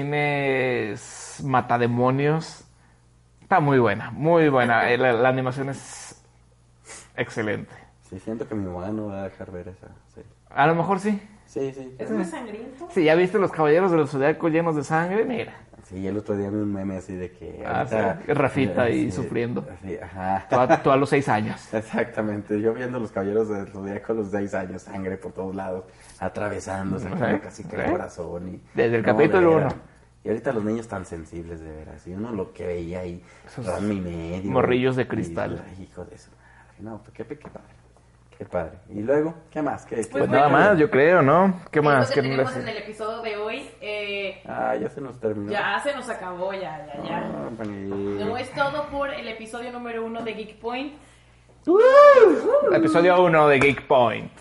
[SPEAKER 3] espadachines matademonios. Está muy buena, muy buena. Eh, La, la animación es excelente.
[SPEAKER 2] Sí, siento que mi mamá no va a dejar ver esa serie.
[SPEAKER 3] A lo mejor sí.
[SPEAKER 2] Sí, sí.
[SPEAKER 1] ¿Es muy sangriento?
[SPEAKER 3] Si ya viste los caballeros del zodiaco llenos de sangre, mira.
[SPEAKER 2] Sí, el otro día vi un meme así de que...
[SPEAKER 3] Ah,
[SPEAKER 2] ahorita-
[SPEAKER 3] sí, Rafita ahí
[SPEAKER 2] Sí,
[SPEAKER 3] sufriendo.
[SPEAKER 2] Sí, ajá.
[SPEAKER 3] Tú a, tú a los seis años.
[SPEAKER 2] Exactamente, yo viendo los caballeros del zodiaco a los 6 años, sangre por todos lados, atravesándose
[SPEAKER 3] Ajá,
[SPEAKER 2] como casi que el
[SPEAKER 3] ajá.
[SPEAKER 2] corazón. Y,
[SPEAKER 3] Desde el
[SPEAKER 2] No,
[SPEAKER 3] capítulo
[SPEAKER 2] de veras.
[SPEAKER 3] uno.
[SPEAKER 2] Y ahorita los niños tan sensibles, de veras. Y uno lo que veía ahí,
[SPEAKER 3] Esos
[SPEAKER 2] rama y medio.
[SPEAKER 3] morrillos de
[SPEAKER 2] y-
[SPEAKER 3] cristal.
[SPEAKER 2] ay, hijo de su madre. No, pues qué, qué padre. Qué padre. Y luego, ¿qué más? ¿Qué, qué-
[SPEAKER 1] Pues
[SPEAKER 3] Pues nada
[SPEAKER 1] bueno.
[SPEAKER 3] más, yo creo, ¿no? ¿Qué
[SPEAKER 1] Es lo
[SPEAKER 3] más?
[SPEAKER 1] que
[SPEAKER 3] ¿Qué
[SPEAKER 1] tenemos
[SPEAKER 3] más?
[SPEAKER 1] en el episodio de hoy. eh,
[SPEAKER 2] Ah, ya se nos terminó.
[SPEAKER 1] ya se nos acabó, ya, ya, ya.
[SPEAKER 2] Ah, bueno, y-
[SPEAKER 1] No es todo por el episodio número uno de Geek Point.
[SPEAKER 3] Episodio 1 de Geek Point.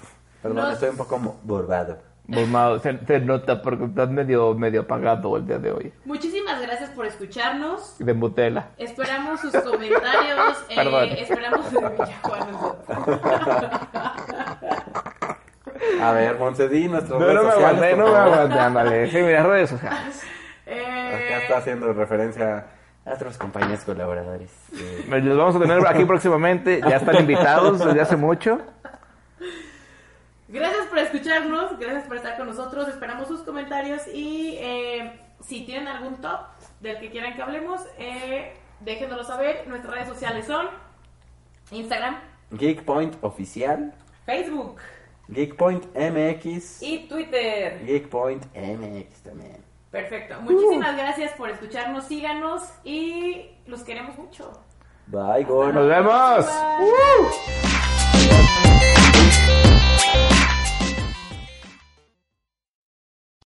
[SPEAKER 2] Perdón,
[SPEAKER 1] Nos-
[SPEAKER 2] estoy un poco mo- borbado.
[SPEAKER 3] Mamá, se, se nota porque estás medio, medio apagado el día de hoy.
[SPEAKER 1] Muchísimas gracias por escucharnos.
[SPEAKER 3] De Mutela.
[SPEAKER 1] Esperamos sus comentarios. eh,
[SPEAKER 3] Perdón.
[SPEAKER 1] Esperamos de Villajuana.
[SPEAKER 2] A ver, Montedí, nuestro
[SPEAKER 3] No, no me aguanté, no me aguanté, ándale. Sí, mira, redes sociales.
[SPEAKER 1] Eh,
[SPEAKER 2] Acá está haciendo referencia a otros compañeros colaboradores. eh,
[SPEAKER 3] Los vamos a tener aquí próximamente. Ya están invitados desde hace mucho.
[SPEAKER 1] Gracias por escucharnos, gracias por estar con nosotros, esperamos sus comentarios y eh, si tienen algún top del que quieran que hablemos, eh, déjenoslo saber. Nuestras redes sociales son Instagram,
[SPEAKER 2] Geek Point Oficial,
[SPEAKER 1] Facebook
[SPEAKER 2] Geek Point MX,
[SPEAKER 1] y Twitter.
[SPEAKER 2] Geek Point MX también. Uh.
[SPEAKER 1] Perfecto, muchísimas gracias por escucharnos, síganos y los queremos mucho.
[SPEAKER 2] Bye, Gorn.
[SPEAKER 3] Nos vemos.
[SPEAKER 1] Bye.
[SPEAKER 3] ¡Uh!